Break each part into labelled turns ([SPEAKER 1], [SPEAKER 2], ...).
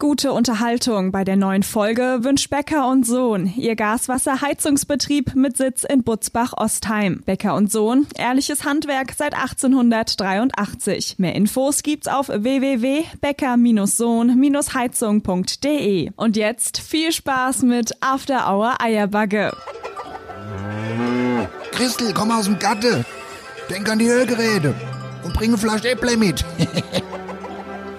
[SPEAKER 1] Gute Unterhaltung bei der neuen Folge wünscht Becker und Sohn, ihr Gaswasserheizungsbetrieb mit Sitz in Butzbach-Ostheim. Becker und Sohn, ehrliches Handwerk seit 1883. Mehr Infos gibt's auf www.becker-sohn-heizung.de. Und jetzt viel Spaß mit After Hour Eierbagge.
[SPEAKER 2] Christel, komm aus dem Gatte. Denk an die Ölgeräte. Und bring ein Flasch Äpple mit.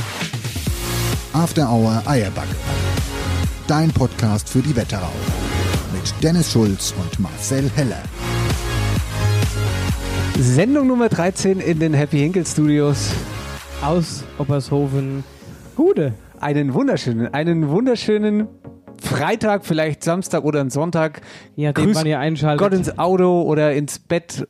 [SPEAKER 2] After Hour Eierbacke. Dein Podcast für die Wetterau. Mit Dennis Schulz und Marcel Heller.
[SPEAKER 3] Sendung Nummer 13 in den Happy Hinkel Studios.
[SPEAKER 4] aus Oppershofen. Hude.
[SPEAKER 3] Einen wunderschönen, einen wunderschönen Freitag, vielleicht Samstag oder einen Sonntag.
[SPEAKER 4] Je nachdem,
[SPEAKER 3] Grüß
[SPEAKER 4] wann ihr einschaltet.
[SPEAKER 3] Gott ins Auto oder ins Bett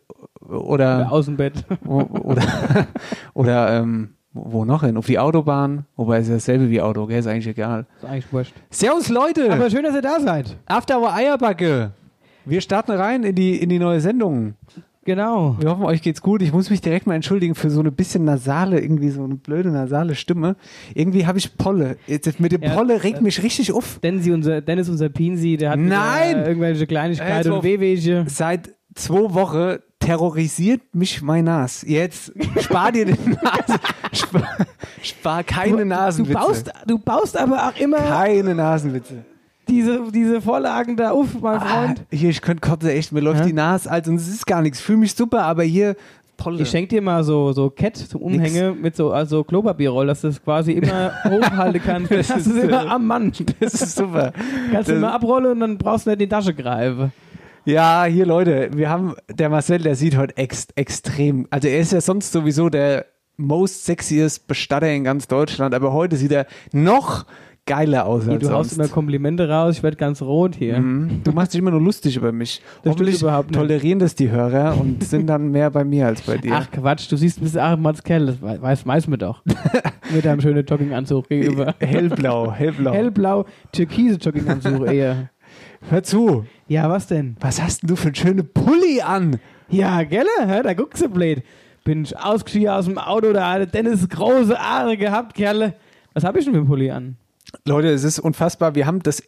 [SPEAKER 3] oder
[SPEAKER 4] Aus dem Bett.
[SPEAKER 3] oder, oder ähm, wo noch hin? Auf die Autobahn. Wobei ist ja dasselbe wie Auto, gell? Ist eigentlich egal.
[SPEAKER 4] Ist eigentlich wurscht.
[SPEAKER 3] Servus Leute!
[SPEAKER 4] Aber schön, dass ihr da seid.
[SPEAKER 3] After Hour Eierbacke. Wir starten rein in die, in die neue Sendung.
[SPEAKER 4] Genau.
[SPEAKER 3] Wir hoffen, euch geht's gut. Ich muss mich direkt mal entschuldigen für so eine bisschen nasale, irgendwie so eine blöde nasale Stimme. Irgendwie habe ich Polle. Jetzt, jetzt mit dem
[SPEAKER 4] Ja,
[SPEAKER 3] Polle regt mich richtig auf.
[SPEAKER 4] Dennis, unser, Dennis, unser Pinsi, der hat wieder,
[SPEAKER 3] Nein!
[SPEAKER 4] äh, irgendwelche
[SPEAKER 3] Äh, jetzt
[SPEAKER 4] Kleinigkeiten
[SPEAKER 3] auf-
[SPEAKER 4] und Wehwehchen.
[SPEAKER 3] Seit zwei Wochen terrorisiert mich mein Nas. Jetzt spar dir den Nase. Spar, spar keine
[SPEAKER 4] Du
[SPEAKER 3] Nasenwitze.
[SPEAKER 4] baust, du baust aber auch immer
[SPEAKER 3] keine Nasenwitze.
[SPEAKER 4] diese, diese Vorlagen da auf, mein
[SPEAKER 3] Ah,
[SPEAKER 4] Freund.
[SPEAKER 3] hier, ich könnte kotzen, echt, mir läuft
[SPEAKER 4] Ja?
[SPEAKER 3] die Nase alt und es ist gar nichts. Fühle mich super, aber hier Polle.
[SPEAKER 4] Ich schenk dir mal so, so Cat zum Umhänge mit so also Klopapierroll, dass du es quasi immer hochhalten kannst.
[SPEAKER 3] Das
[SPEAKER 4] Das ist
[SPEAKER 3] ist,
[SPEAKER 4] immer
[SPEAKER 3] äh,
[SPEAKER 4] am Mann.
[SPEAKER 3] Das ist super.
[SPEAKER 4] Kannst du
[SPEAKER 3] das-
[SPEAKER 4] immer abrollen und dann brauchst du nicht in die Tasche greifen.
[SPEAKER 3] Ja, hier Leute, wir haben, der Marcel, der sieht heute ex, extrem, also er ist ja sonst sowieso der most sexiest Bestatter in ganz Deutschland, aber heute sieht er noch geiler aus als
[SPEAKER 4] du haust
[SPEAKER 3] sonst.
[SPEAKER 4] immer Komplimente raus, ich werde ganz rot hier.
[SPEAKER 3] Mhm. du machst dich immer nur lustig über mich.
[SPEAKER 4] Das
[SPEAKER 3] Hoffentlich
[SPEAKER 4] stimmt überhaupt nicht.
[SPEAKER 3] tolerieren das die Hörer und sind dann mehr bei mir als bei dir.
[SPEAKER 4] Ach Quatsch, du siehst ein bisschen Aaron Mats Kerl, das wei- weiß, weiß man doch. Mit einem schönen Jogginganzug gegenüber.
[SPEAKER 3] hellblau, hellblau.
[SPEAKER 4] Hellblau, türkise Jogginganzug eher.
[SPEAKER 3] Hör zu,
[SPEAKER 4] Ja, was denn?
[SPEAKER 3] was hast denn du für einen schönen Pulli an?
[SPEAKER 4] Ja, gell? Hä? Da guckst du blöd. Bin ich ausgestiegen aus dem Auto, da hatte Dennis große Haare gehabt, Kerle. Was habe ich denn für einen Pulli an?
[SPEAKER 3] Leute, es ist unfassbar. Wir haben das,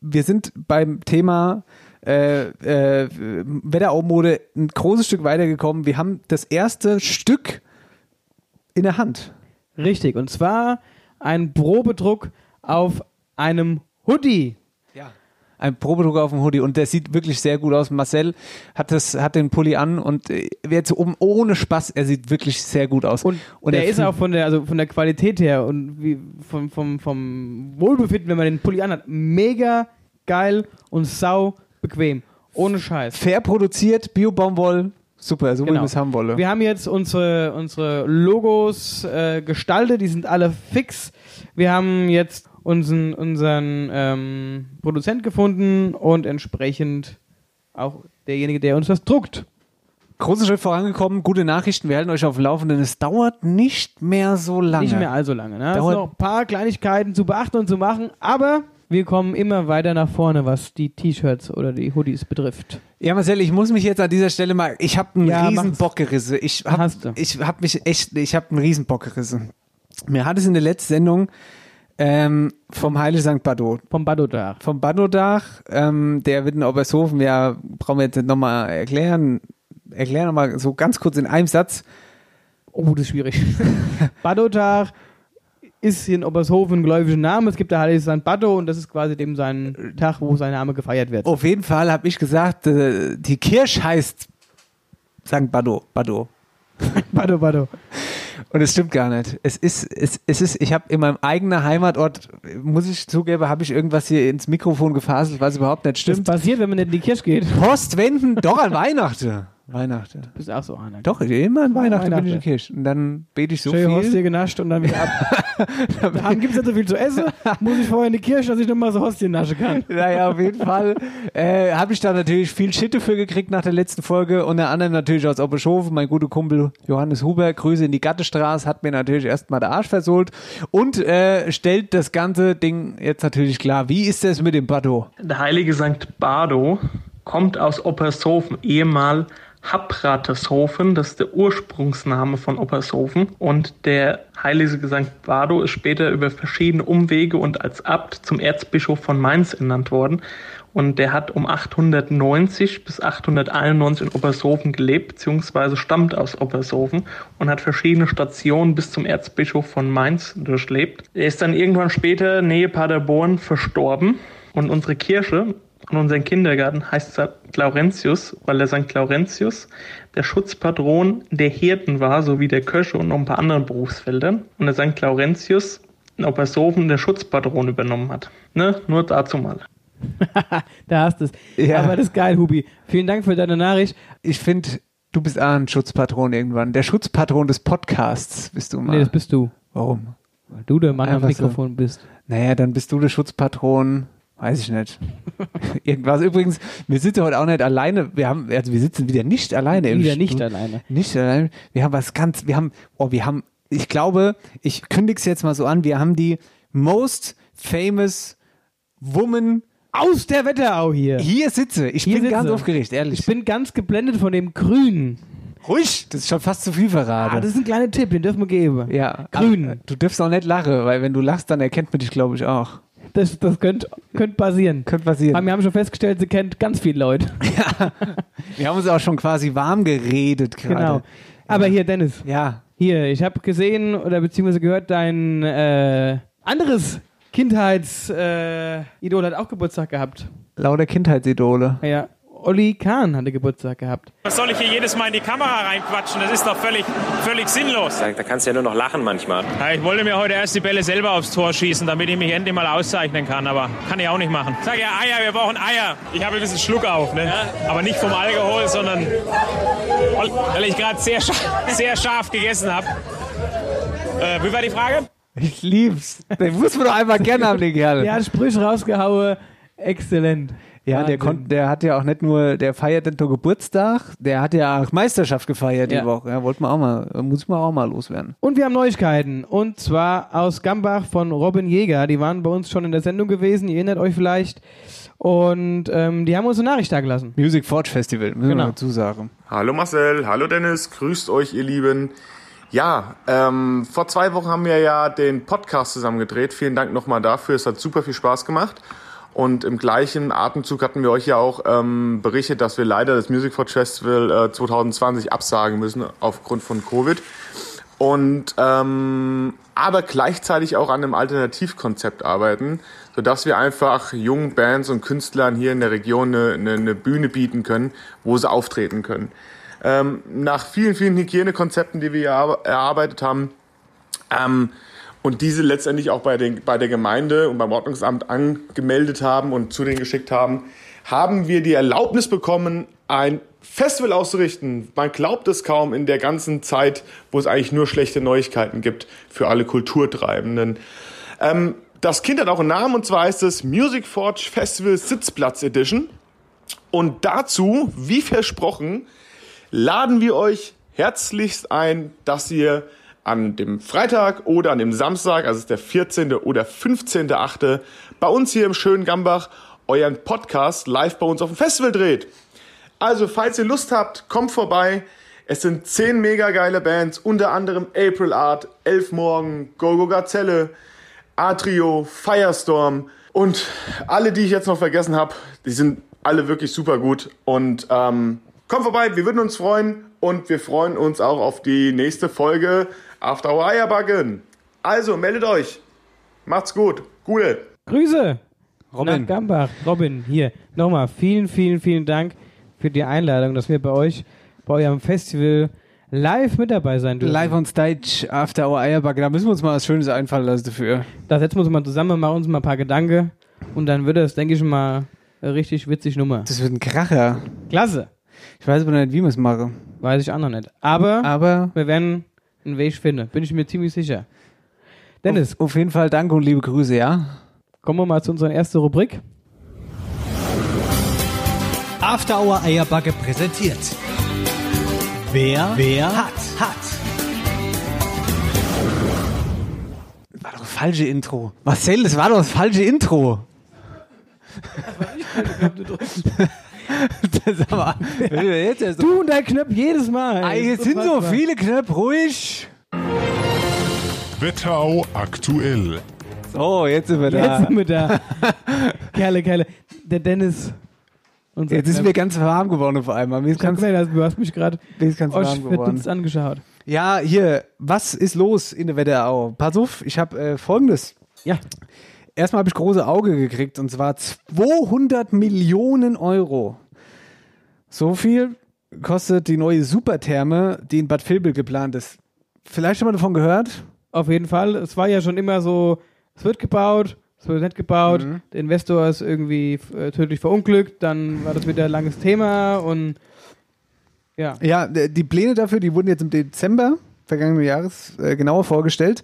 [SPEAKER 3] wir sind beim Thema äh, äh, Wetteraumode ein großes Stück weitergekommen. Wir haben das erste Stück in der Hand.
[SPEAKER 4] Richtig, und zwar ein Probedruck auf einem Hoodie.
[SPEAKER 3] Ein Probedruck auf dem Hoodie und der sieht wirklich sehr gut aus. Marcel hat das, hat den Pulli an und äh, jetzt oben ohne Spaß, er sieht wirklich sehr gut aus.
[SPEAKER 4] Und, der
[SPEAKER 3] er
[SPEAKER 4] ist
[SPEAKER 3] fühlt-
[SPEAKER 4] auch von der, also von der Qualität her und wie vom, vom, vom Wohlbefinden, wenn man den Pulli anhat, mega geil und sau bequem. Ohne Scheiß.
[SPEAKER 3] fair produziert, Bio-Baumwoll, super, also so wie
[SPEAKER 4] Genau.
[SPEAKER 3] wir es haben wollen.
[SPEAKER 4] Wir haben jetzt unsere, unsere Logos äh, gestaltet, die sind alle fix. Wir haben jetzt unseren, unseren ähm, Produzent gefunden und entsprechend auch derjenige, der uns das druckt.
[SPEAKER 3] Großes Schritt vorangekommen, gute Nachrichten, wir halten euch auf dem Laufenden. Es dauert nicht mehr so lange.
[SPEAKER 4] Nicht mehr allzu lange. Ne? Es sind
[SPEAKER 3] Dauert-
[SPEAKER 4] noch ein paar Kleinigkeiten zu beachten und zu machen, aber wir kommen immer weiter nach vorne, was die T-Shirts oder die Hoodies betrifft.
[SPEAKER 3] Ja, Marcel, ich muss mich jetzt an dieser Stelle mal. Ich habe einen
[SPEAKER 4] Ja,
[SPEAKER 3] riesen
[SPEAKER 4] mach's.
[SPEAKER 3] Bock gerissen. Ich
[SPEAKER 4] Hast du.
[SPEAKER 3] habe ich hab mich echt, ich habe einen riesen Bock gerissen. Mir hat es in der letzten Sendung ähm, vom Heilig St. Bado,
[SPEAKER 4] Vom Badodar.
[SPEAKER 3] vom Badodach, ähm, der wird in Obershofen, ja, brauchen wir jetzt nicht nochmal erklären. Erklär nochmal so ganz kurz in einem Satz.
[SPEAKER 4] Oh, das ist schwierig. Badodar ist hier in Obershofen ein gläubiger Name. Es gibt da Heilig St. Bado und das ist quasi dem sein Tag, wo sein Name gefeiert wird.
[SPEAKER 3] Auf jeden Fall habe ich gesagt, äh, die Kirche heißt St. Bado, Bado.
[SPEAKER 4] Bado, Bado.
[SPEAKER 3] Und es stimmt gar nicht. Es ist, es, es ist, ich habe in meinem eigenen Heimatort, muss ich zugeben, habe ich irgendwas hier ins Mikrofon gefaselt, was überhaupt nicht
[SPEAKER 4] Das
[SPEAKER 3] stimmt.
[SPEAKER 4] passiert, wenn man nicht in die Kirche geht.
[SPEAKER 3] Postwenden doch an Weihnachten. Weihnachten.
[SPEAKER 4] Bist auch so einer.
[SPEAKER 3] Doch, immer an Weihnachten bin ich in
[SPEAKER 4] Weihnachten.
[SPEAKER 3] der Kirche. Und dann bete ich so
[SPEAKER 4] Schön, hast dir
[SPEAKER 3] viel.
[SPEAKER 4] genascht und dann wieder ab. Daheim gibt es nicht so viel zu essen. Muss ich vorher in die Kirche, dass ich nochmal so Hostien naschen kann.
[SPEAKER 3] Naja, auf jeden Fall äh, habe ich da natürlich viel Schitte für gekriegt nach der letzten Folge. Unter anderem natürlich aus Oppershofen. Mein guter Kumpel Johannes Huber, Grüße in die Gattestraße, hat mir natürlich erstmal der Arsch versohlt. Und äh, stellt das ganze Ding jetzt natürlich klar. Wie ist das mit dem Bateau?
[SPEAKER 5] Der heilige Sankt Bardo kommt aus Oppershofen, ehemal Haprateshofen, das ist der Ursprungsname von Oppershofen. Und der heilige Sankt Bardo ist später über verschiedene Umwege und als Abt zum Erzbischof von Mainz ernannt worden. Und der hat um 890 bis 891 in Oppershofen gelebt, beziehungsweise stammt aus Oppershofen und hat verschiedene Stationen bis zum Erzbischof von Mainz durchlebt. Er ist dann irgendwann später nähe Paderborn verstorben. Und unsere Kirche und unseren Kindergarten heißt St. Laurentius, weil der St. Laurentius der Schutzpatron der Hirten war, sowie der Köche und noch ein paar anderen Berufsfeldern. Und der St. Laurentius in Oppershofen der Schutzpatron übernommen hat. Ne? Nur dazu mal.
[SPEAKER 4] Da hast du es.
[SPEAKER 3] Ja.
[SPEAKER 4] Aber das ist geil, Hubi. Vielen Dank für deine Nachricht.
[SPEAKER 3] Ich finde, du bist auch ein Schutzpatron irgendwann. Der Schutzpatron des Podcasts bist du mal.
[SPEAKER 4] Nee, das bist du.
[SPEAKER 3] Warum?
[SPEAKER 4] Weil du der Mann am
[SPEAKER 3] Einfach so.
[SPEAKER 4] Mikrofon bist.
[SPEAKER 3] Naja, dann bist du der Schutzpatron. Weiß ich nicht. Irgendwas. Übrigens, wir sitzen heute auch nicht alleine. Wir haben, also wir sitzen wieder nicht alleine im
[SPEAKER 4] Wieder nicht
[SPEAKER 3] Stu-
[SPEAKER 4] alleine.
[SPEAKER 3] Nicht alleine. Wir haben was ganz, wir haben, oh, wir haben, ich glaube, ich kündige es jetzt mal so an, wir haben die most famous woman
[SPEAKER 4] Aus der Wetterau hier.
[SPEAKER 3] hier sitze. Ich
[SPEAKER 4] Hier
[SPEAKER 3] bin
[SPEAKER 4] sitze.
[SPEAKER 3] ganz aufgeregt, ehrlich.
[SPEAKER 4] Ich bin ganz geblendet von dem Grünen.
[SPEAKER 3] ruhig. Das ist schon fast zu viel verraten.
[SPEAKER 4] Ah, das ist ein kleiner Tipp, den dürfen wir geben.
[SPEAKER 3] ja,
[SPEAKER 4] Grün.
[SPEAKER 3] Aber Du dürfst auch nicht lachen, weil wenn du lachst, dann erkennt man dich, glaube ich, auch.
[SPEAKER 4] Das, das könnte könnt passieren.
[SPEAKER 3] Könnte passieren.
[SPEAKER 4] Aber wir haben schon festgestellt, sie kennt ganz viele Leute.
[SPEAKER 3] Wir haben uns auch schon quasi warm geredet gerade.
[SPEAKER 4] Genau. Aber hier, Dennis,
[SPEAKER 3] Ja,
[SPEAKER 4] hier, ich habe gesehen oder beziehungsweise gehört, dein äh, anderes Kindheitsidol äh, Idol hat auch Geburtstag gehabt.
[SPEAKER 3] lauter Kindheitsidole.
[SPEAKER 4] Ja, Olli Kahn hatte Geburtstag gehabt.
[SPEAKER 6] Was soll ich hier jedes Mal in die Kamera reinquatschen? Das ist doch völlig, völlig sinnlos.
[SPEAKER 7] Da, da kannst du ja nur noch lachen manchmal.
[SPEAKER 6] Ja, Ich wollte mir heute erst die Bälle selber aufs Tor schießen, damit ich mich endlich mal auszeichnen kann, aber kann ich auch nicht machen. Sag ja Eier, wir brauchen Eier. Ich habe ein bisschen Schluck auf, ne? Aber nicht vom Alkohol, sondern weil- weil ich gerade sehr, scha- sehr scharf gegessen habe. Äh, wie war die Frage?
[SPEAKER 3] Ich lieb's. Den muss man doch einfach gerne haben, den Kerl.
[SPEAKER 4] Der
[SPEAKER 3] Ja,
[SPEAKER 4] hat Sprüche rausgehauen. Exzellent.
[SPEAKER 3] der,
[SPEAKER 4] Wahnsinn.
[SPEAKER 3] konnt, der hat ja auch nicht nur, der feiert nicht nur Geburtstag, der hat ja auch Meisterschaft gefeiert
[SPEAKER 4] Ja.
[SPEAKER 3] die Woche. Ja, wollte man auch mal, muss man auch mal loswerden.
[SPEAKER 4] Und wir haben Neuigkeiten. Und zwar aus Gambach von Robin Jäger. Die waren bei uns schon in der Sendung gewesen. Ihr erinnert euch vielleicht. Und ähm, die haben uns eine Nachricht da gelassen.
[SPEAKER 3] Music Forge Festival, müssen
[SPEAKER 4] Genau.
[SPEAKER 3] wir dazu sagen.
[SPEAKER 8] Hallo Marcel, hallo Dennis, grüßt euch ihr Lieben. Ja, ähm, vor zwei Wochen haben wir ja den Podcast zusammen gedreht. Vielen Dank nochmal dafür, es hat super viel Spaß gemacht. Und im gleichen Atemzug hatten wir euch ja auch ähm, berichtet, dass wir leider das Music Forge Festival äh, 2020 absagen müssen aufgrund von Covid. Und ähm, aber gleichzeitig auch an einem Alternativkonzept arbeiten, sodass wir einfach jungen Bands und Künstlern hier in der Region eine, eine, eine Bühne bieten können, wo sie auftreten können. Ähm, nach vielen, vielen Hygienekonzepten, die wir hier erarbe- erarbeitet haben, ähm, und diese letztendlich auch bei, den, bei der Gemeinde und beim Ordnungsamt angemeldet haben und zu denen geschickt haben, haben wir die Erlaubnis bekommen, ein Festival auszurichten. Man glaubt es kaum in der ganzen Zeit, wo es eigentlich nur schlechte Neuigkeiten gibt für alle Kulturtreibenden. Ähm, das Kind hat auch einen Namen und zwar heißt es Music Forge Festival Sitzplatz Edition. Und dazu, wie versprochen, laden wir euch herzlichst ein, dass ihr an dem Freitag oder an dem Samstag, also es ist der 14. oder 15.8., bei uns hier im schönen Gambach euren Podcast live bei uns auf dem Festival dreht. Also, falls ihr Lust habt, kommt vorbei. Es sind zehn mega geile Bands, unter anderem April Art, Elf Morgen, Go Go Gazelle, Atrio, Firestorm und alle, die ich jetzt noch vergessen habe, die sind alle wirklich super gut. Und ähm, kommt vorbei, wir würden uns freuen und wir freuen uns auch auf die nächste Folge After Our Eierbaggen. Also meldet euch. Macht's gut. Gute.
[SPEAKER 4] Grüße
[SPEAKER 3] Robin.
[SPEAKER 4] nach Gambach. Robin, hier. Nochmal vielen, vielen, vielen Dank für die Einladung, dass wir bei euch, bei eurem Festival live mit dabei sein dürfen.
[SPEAKER 3] Live on Stage After Our Eierbacke, da müssen wir uns mal was Schönes einfallen lassen dafür.
[SPEAKER 4] Da setzen wir uns mal zusammen, machen uns mal ein paar Gedanken und dann wird das, denke ich mal, eine richtig witzig Nummer.
[SPEAKER 3] Das wird ein Kracher.
[SPEAKER 4] Klasse.
[SPEAKER 3] Ich weiß aber nicht, wie wir es machen.
[SPEAKER 4] Weiß ich auch noch nicht. Aber
[SPEAKER 3] Aber
[SPEAKER 4] wir werden einen Weg finden, bin ich mir ziemlich sicher. Dennis,
[SPEAKER 3] auf, auf jeden Fall danke und liebe Grüße, ja?
[SPEAKER 4] kommen wir mal zu unserer ersten Rubrik.
[SPEAKER 7] After Hour Eierbacke präsentiert. Wer, wer hat, hat.
[SPEAKER 3] War doch das Also falsche Intro. Marcel, das war doch das falsche Intro. Das war jetzt erst-
[SPEAKER 4] Du und dein Knöpf jedes Mal.
[SPEAKER 3] Ey, jetzt sind so viele Knöpfe, ruhig.
[SPEAKER 9] Wetterau aktuell.
[SPEAKER 3] So, jetzt sind wir
[SPEAKER 4] Jetzt
[SPEAKER 3] da.
[SPEAKER 4] sind wir da. Kerle, Kerle. Der Dennis. Unser
[SPEAKER 3] Jetzt ist mir ganz warm geworden vor allem. Mir ist ganz,
[SPEAKER 4] ganz also Du hast mich gerade
[SPEAKER 3] mir ist ganz warm geworden.
[SPEAKER 4] verdutzt angeschaut.
[SPEAKER 3] Ja, hier, was ist los in der Wetterau? Pass auf, ich habe äh, folgendes.
[SPEAKER 4] Ja.
[SPEAKER 3] Erstmal habe ich große Auge gekriegt und zwar 200 Millionen Euro. So viel kostet die neue Supertherme, die in Bad Vilbel geplant ist. Vielleicht schon mal davon gehört?
[SPEAKER 4] Auf jeden Fall. Es war ja schon immer so, es wird gebaut, es wird nicht gebaut.
[SPEAKER 3] Mhm.
[SPEAKER 4] Der Investor ist irgendwie äh, tödlich verunglückt. Dann war das wieder ein langes Thema und ja.
[SPEAKER 3] Ja, d- die Pläne dafür, die wurden jetzt im Dezember vergangenen Jahres äh, genauer vorgestellt.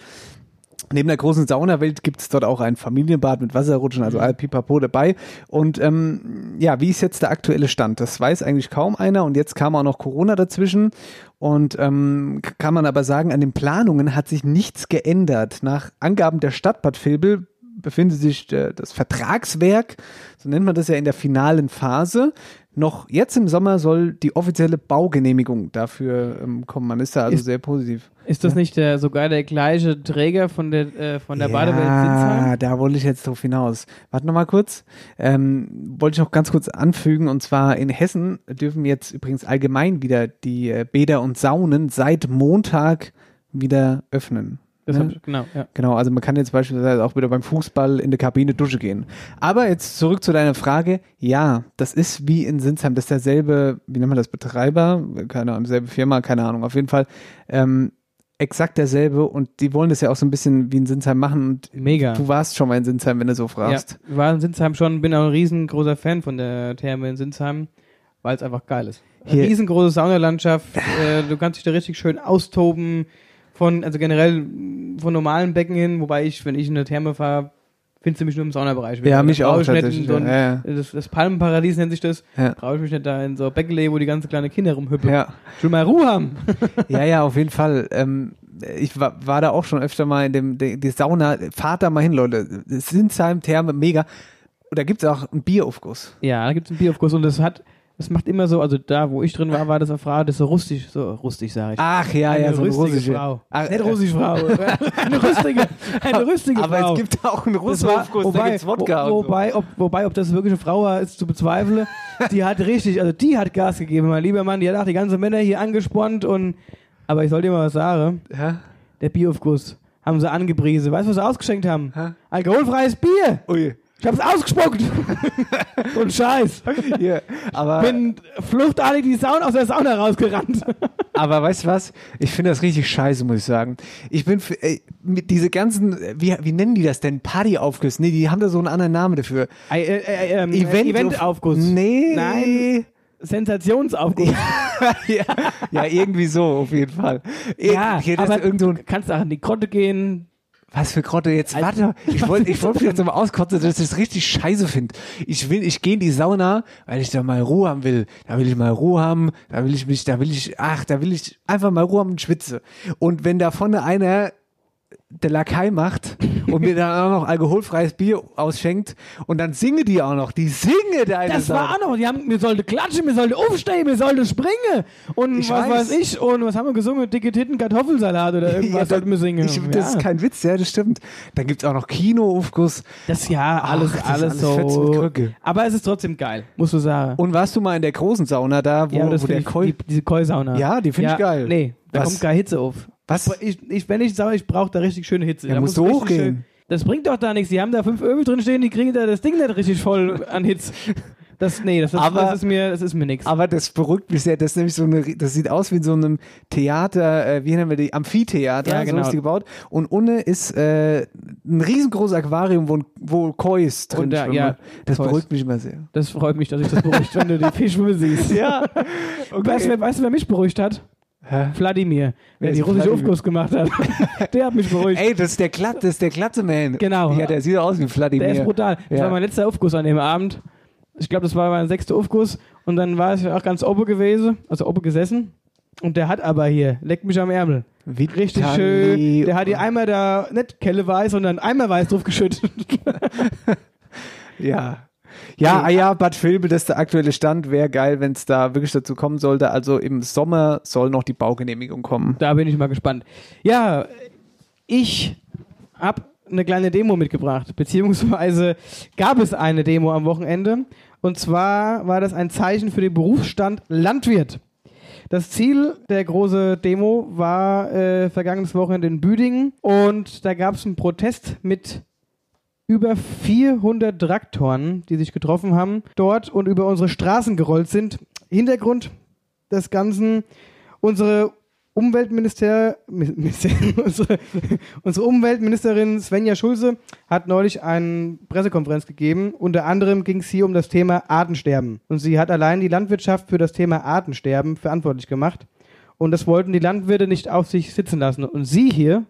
[SPEAKER 3] Neben der großen Saunawelt gibt es dort auch ein Familienbad mit Wasserrutschen, also all Pipapo dabei. Und ähm, ja, wie ist jetzt der aktuelle Stand? Das weiß eigentlich kaum einer. Und jetzt kam auch noch Corona dazwischen. Und ähm, k- kann man aber sagen, an den Planungen hat sich nichts geändert. Nach Angaben der Stadt Bad Vilbel befindet sich äh, das Vertragswerk, so nennt man das ja in der finalen Phase. Noch jetzt im Sommer soll die offizielle Baugenehmigung dafür ähm, kommen. Man ist da also
[SPEAKER 4] Ist-
[SPEAKER 3] sehr positiv.
[SPEAKER 4] Ist das nicht der, sogar der gleiche Träger von der, äh, von der Badewelt Sinsheim?
[SPEAKER 3] Ja, da wollte ich jetzt drauf hinaus. Warte nochmal kurz. Ähm, wollte ich noch ganz kurz anfügen, und zwar in Hessen dürfen jetzt übrigens allgemein wieder die äh, Bäder und Saunen seit Montag wieder öffnen.
[SPEAKER 4] Das
[SPEAKER 3] Ne?
[SPEAKER 4] hab ich, genau, ja.
[SPEAKER 3] Genau, also man kann jetzt beispielsweise auch wieder beim Fußball in der Kabine Dusche gehen. Aber jetzt zurück zu deiner Frage. Ja, das ist wie in Sinsheim, das ist derselbe, wie nennt man das, Betreiber? Keine Ahnung, selbe Firma, keine Ahnung. Auf jeden Fall ähm, exakt derselbe und die wollen das ja auch so ein bisschen wie in Sinsheim machen und
[SPEAKER 4] Mega.
[SPEAKER 3] Du warst schon mal in Sinsheim, wenn du so
[SPEAKER 4] Ja,
[SPEAKER 3] fragst.
[SPEAKER 4] ich war in Sinsheim schon, bin auch ein riesengroßer Fan von der Therme in Sinsheim, weil es einfach geil ist. Eine
[SPEAKER 3] Hier-
[SPEAKER 4] riesengroße Saunalandschaft, äh, du kannst dich da richtig schön austoben, von, also generell mh, von normalen Becken hin, wobei ich, wenn ich in eine Therme fahre, findest du mich nur im Saunabereich.
[SPEAKER 3] Ja,
[SPEAKER 4] Da
[SPEAKER 3] mich
[SPEAKER 4] brauch
[SPEAKER 3] auch
[SPEAKER 4] ich nicht in
[SPEAKER 3] tatsächlich,
[SPEAKER 4] So ein,
[SPEAKER 3] ja, ja.
[SPEAKER 4] Das, das Palmenparadies nennt sich das.
[SPEAKER 3] Ja.
[SPEAKER 4] Brauche ich mich nicht da in so Beckenlee, wo die ganzen kleinen Kinder rumhüppeln.
[SPEAKER 3] Ja.
[SPEAKER 4] Schon mal Ruhe haben.
[SPEAKER 3] ja, ja, auf jeden Fall. Ähm, ich war, war da auch schon öfter mal in dem, der- die Sauna. Fahrt da mal hin, Leute. Sinsheim, Therme, mega. Und da gibt es auch einen Bieraufguss.
[SPEAKER 4] Ja, da gibt's einen Bieraufguss und das hat, das macht immer so, also da, wo ich drin war, war das eine Frau, das so rustisch, so rustisch, sag ich.
[SPEAKER 3] Ach ja, ja,
[SPEAKER 4] eine
[SPEAKER 3] so eine
[SPEAKER 4] rüstige
[SPEAKER 3] russische. Ah, äh,
[SPEAKER 4] Frau.
[SPEAKER 3] Ach,
[SPEAKER 4] Nicht russische Frau. eine rüstige, eine rüstige
[SPEAKER 3] aber
[SPEAKER 4] Frau.
[SPEAKER 3] es gibt auch einen
[SPEAKER 4] Das war-
[SPEAKER 3] Russaufguss, da
[SPEAKER 4] wobei,
[SPEAKER 3] gibt's Wodka.
[SPEAKER 4] wo,
[SPEAKER 3] und so.
[SPEAKER 4] wobei, ob, wobei, ob das wirklich eine Frau war, ist zu bezweifeln. Die hat richtig, also die hat Gas gegeben, mein lieber Mann. Die hat auch die ganzen Männer hier angespornt und, aber ich sollte dir mal was sagen.
[SPEAKER 3] Ja?
[SPEAKER 4] Der Bieraufguss haben sie angepriesen. Weißt du, was sie ausgeschenkt haben? Alkoholfreies Bier.
[SPEAKER 3] Ui.
[SPEAKER 4] Ich hab's ausgespuckt. und Scheiß.
[SPEAKER 3] Hier. Aber,
[SPEAKER 4] Bin fluchtartig die Sauna aus der Sauna rausgerannt.
[SPEAKER 3] aber weißt du was? Ich finde das richtig scheiße, muss ich sagen. Ich bin für, ey, mit diese ganzen, äh, wie, wie nennen die das denn? Partyaufgüsse? Nee, die haben da so einen anderen Namen dafür.
[SPEAKER 4] Ei, äh, äh, ähm,
[SPEAKER 3] Event-
[SPEAKER 4] Eventaufguss.
[SPEAKER 3] Nee.
[SPEAKER 4] Nein. Sensationsaufguss.
[SPEAKER 3] ja, ja, irgendwie so, auf jeden Fall. Ir
[SPEAKER 4] Ja,
[SPEAKER 3] hier, das
[SPEAKER 4] aber
[SPEAKER 3] ist irgend so ein,
[SPEAKER 4] kannst auch in die Grotte gehen.
[SPEAKER 3] was für Grotte jetzt, warte, ich wollte ich wollte jetzt mal auskotzen, dass ich das richtig scheiße finde. Ich will, ich gehe in die Sauna, weil ich da mal Ruhe haben will. Da will ich mal Ruhe haben, da will ich mich, da will ich, ach, da will ich einfach mal Ruhe haben und schwitze. Und wenn da vorne einer der Lakai macht und mir dann auch noch alkoholfreies Bier ausschenkt und dann singe die auch noch, die singe da in der
[SPEAKER 4] Das
[SPEAKER 3] Sauna.
[SPEAKER 4] war auch noch. Die haben, wir sollten klatschen, wir sollten aufstehen, wir sollten springen. Und
[SPEAKER 3] Ich
[SPEAKER 4] was
[SPEAKER 3] weiß.
[SPEAKER 4] weiß ich. Und was haben wir gesungen? Dicke Titten, Kartoffelsalat oder irgendwas
[SPEAKER 3] Ja, da-
[SPEAKER 4] sollten wir singen.
[SPEAKER 3] Ich, das ist
[SPEAKER 4] ja.
[SPEAKER 3] kein Witz, ja, das stimmt. Dann gibt es auch noch Kinoaufguss.
[SPEAKER 4] das ja
[SPEAKER 3] Ach, das
[SPEAKER 4] alles,
[SPEAKER 3] ist
[SPEAKER 4] alles,
[SPEAKER 3] alles Fetz mit
[SPEAKER 4] so.
[SPEAKER 3] Krücke.
[SPEAKER 4] Aber es ist trotzdem geil, musst du sagen.
[SPEAKER 3] Und warst du mal in der großen Sauna da, wo,
[SPEAKER 4] ja, das
[SPEAKER 3] wo
[SPEAKER 4] find
[SPEAKER 3] der
[SPEAKER 4] ich,
[SPEAKER 3] Koi...
[SPEAKER 4] die, diese Koi-Sauna.
[SPEAKER 3] Ja, die find ich geil.
[SPEAKER 4] Nee, da
[SPEAKER 3] Was?
[SPEAKER 4] kommt gar Hitze auf.
[SPEAKER 3] Was?
[SPEAKER 4] Ich, ich, wenn ich sage, ich brauche da richtig schöne Hitze.
[SPEAKER 3] Ja,
[SPEAKER 4] da
[SPEAKER 3] musst
[SPEAKER 4] muss
[SPEAKER 3] du
[SPEAKER 4] richtig
[SPEAKER 3] hochgehen.
[SPEAKER 4] schön- Das bringt doch da nichts. Die haben da fünf Öl drin stehen, die kriegen da das Ding nicht richtig voll an Hitze. Das, nee, das ist,
[SPEAKER 3] Aber-
[SPEAKER 4] das ist mir, das ist mir nichts.
[SPEAKER 3] Aber das beruhigt mich sehr. Das ist nämlich so eine, das sieht aus wie in so einem Theater, äh, wie nennen wir die, Amphitheater,
[SPEAKER 4] Ja,
[SPEAKER 3] so
[SPEAKER 4] genau.
[SPEAKER 3] ist die gebaut. Und unten ist äh, ein riesengroßes Aquarium, wo, wo Kois drin
[SPEAKER 4] Und da-
[SPEAKER 3] schwimmen.
[SPEAKER 4] ja,
[SPEAKER 3] das
[SPEAKER 4] Kois.
[SPEAKER 3] beruhigt mich immer sehr.
[SPEAKER 4] Das freut mich, dass ich das beruhigt, wenn du die Fischschwimme siehst.
[SPEAKER 3] Ja,
[SPEAKER 4] Weißt, du, wer, weißt du, wer mich beruhigt hat?
[SPEAKER 3] Hä?
[SPEAKER 4] Wladimir,
[SPEAKER 3] Wer
[SPEAKER 4] der
[SPEAKER 3] ist
[SPEAKER 4] die russische
[SPEAKER 3] Wladimir?
[SPEAKER 4] Aufguss gemacht hat. der hat mich beruhigt.
[SPEAKER 3] Ey, das ist der glatte, das ist der glatte Man.
[SPEAKER 4] Genau.
[SPEAKER 3] Ja, der sieht aus wie Vladimir.
[SPEAKER 4] der ist brutal. Das
[SPEAKER 3] Ja.
[SPEAKER 4] war mein letzter Aufguss an dem Abend. Ich glaube, das war mein sechster Aufguss. Und dann war ich auch ganz oben gewesen, also oben gesessen. Und der hat aber hier, leckt mich am Ärmel.
[SPEAKER 3] Wie
[SPEAKER 4] Richtig schön. Der hat hier einmal da, nicht Kelle weiß, sondern einmal weiß drauf geschüttet.
[SPEAKER 3] Ja. Ja, ah ja, Bad Vilbel, das ist der aktuelle Stand. Wäre geil, wenn es da wirklich dazu kommen sollte. Also im Sommer soll noch die Baugenehmigung kommen.
[SPEAKER 4] Da bin ich mal gespannt. Ja, ich habe eine kleine Demo mitgebracht, beziehungsweise gab es eine Demo am Wochenende. Und zwar war das ein Zeichen für den Berufsstand Landwirt. Das Ziel der große Demo war äh, vergangenes Wochenende in Büdingen und da gab es einen Protest mit über 400 Traktoren, die sich getroffen haben dort und über unsere Straßen gerollt sind. Hintergrund des Ganzen, unsere Umweltminister, Mi- Minister, unsere, unsere Umweltministerin Svenja Schulze hat neulich eine Pressekonferenz gegeben. Unter anderem ging es hier um das Thema Artensterben. Und sie hat allein die Landwirtschaft für das Thema Artensterben verantwortlich gemacht. Und das wollten die Landwirte nicht auf sich sitzen lassen. Und sie hier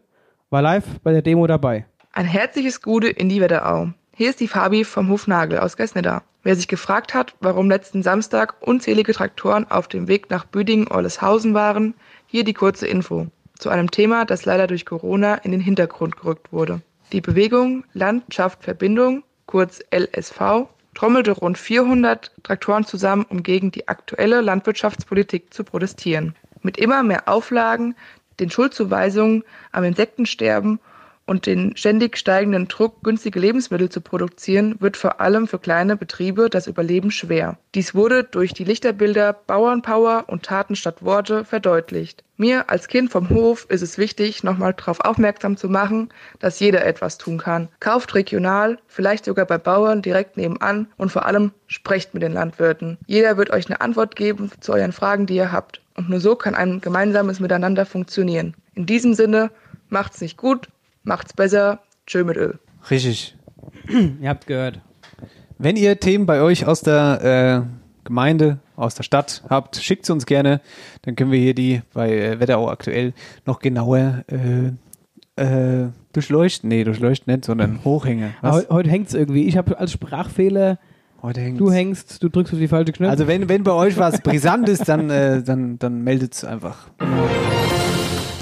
[SPEAKER 4] war live bei der Demo dabei.
[SPEAKER 9] Ein herzliches Gute in die Wetterau. Hier ist die Fabi vom Hof Nagel aus Gessneda. Wer sich gefragt hat, warum letzten Samstag unzählige Traktoren auf dem Weg nach Büdingen-Orleshausen waren, hier die kurze Info zu einem Thema, das leider durch Corona in den Hintergrund gerückt wurde. Die Bewegung Landschaft Verbindung, kurz LSV, trommelte rund 400 Traktoren zusammen, um gegen die aktuelle Landwirtschaftspolitik zu protestieren. Mit immer mehr Auflagen, den Schuldzuweisungen am Insektensterben und den ständig steigenden Druck, günstige Lebensmittel zu produzieren, wird vor allem für kleine Betriebe das Überleben schwer. Dies wurde durch die Lichterbilder Bauernpower und Taten statt Worte verdeutlicht. Mir als Kind vom Hof ist es wichtig, nochmal darauf aufmerksam zu machen, dass jeder etwas tun kann. Kauft regional, vielleicht sogar bei Bauern direkt nebenan und vor allem sprecht mit den Landwirten. Jeder wird euch eine Antwort geben zu euren Fragen, die ihr habt. Und nur so kann ein gemeinsames Miteinander funktionieren. In diesem Sinne, macht's nicht gut, Macht's besser. Tschö mit Öl.
[SPEAKER 3] Richtig.
[SPEAKER 4] Ihr habt gehört.
[SPEAKER 3] Wenn ihr Themen bei euch aus der äh, Gemeinde, aus der Stadt habt, schickt sie uns gerne. Dann können wir hier die bei äh, Wetterau aktuell noch genauer äh, äh, durchleuchten. Nee, durchleuchten nicht, sondern hochhängen. Was?
[SPEAKER 4] Heute, heute hängt's irgendwie. Ich habe als Sprachfehler,
[SPEAKER 3] Heute hängt's.
[SPEAKER 4] du hängst, du drückst auf die falsche Knöpfe.
[SPEAKER 3] Also wenn, wenn bei euch was brisant ist, dann, äh, dann, dann meldet es einfach.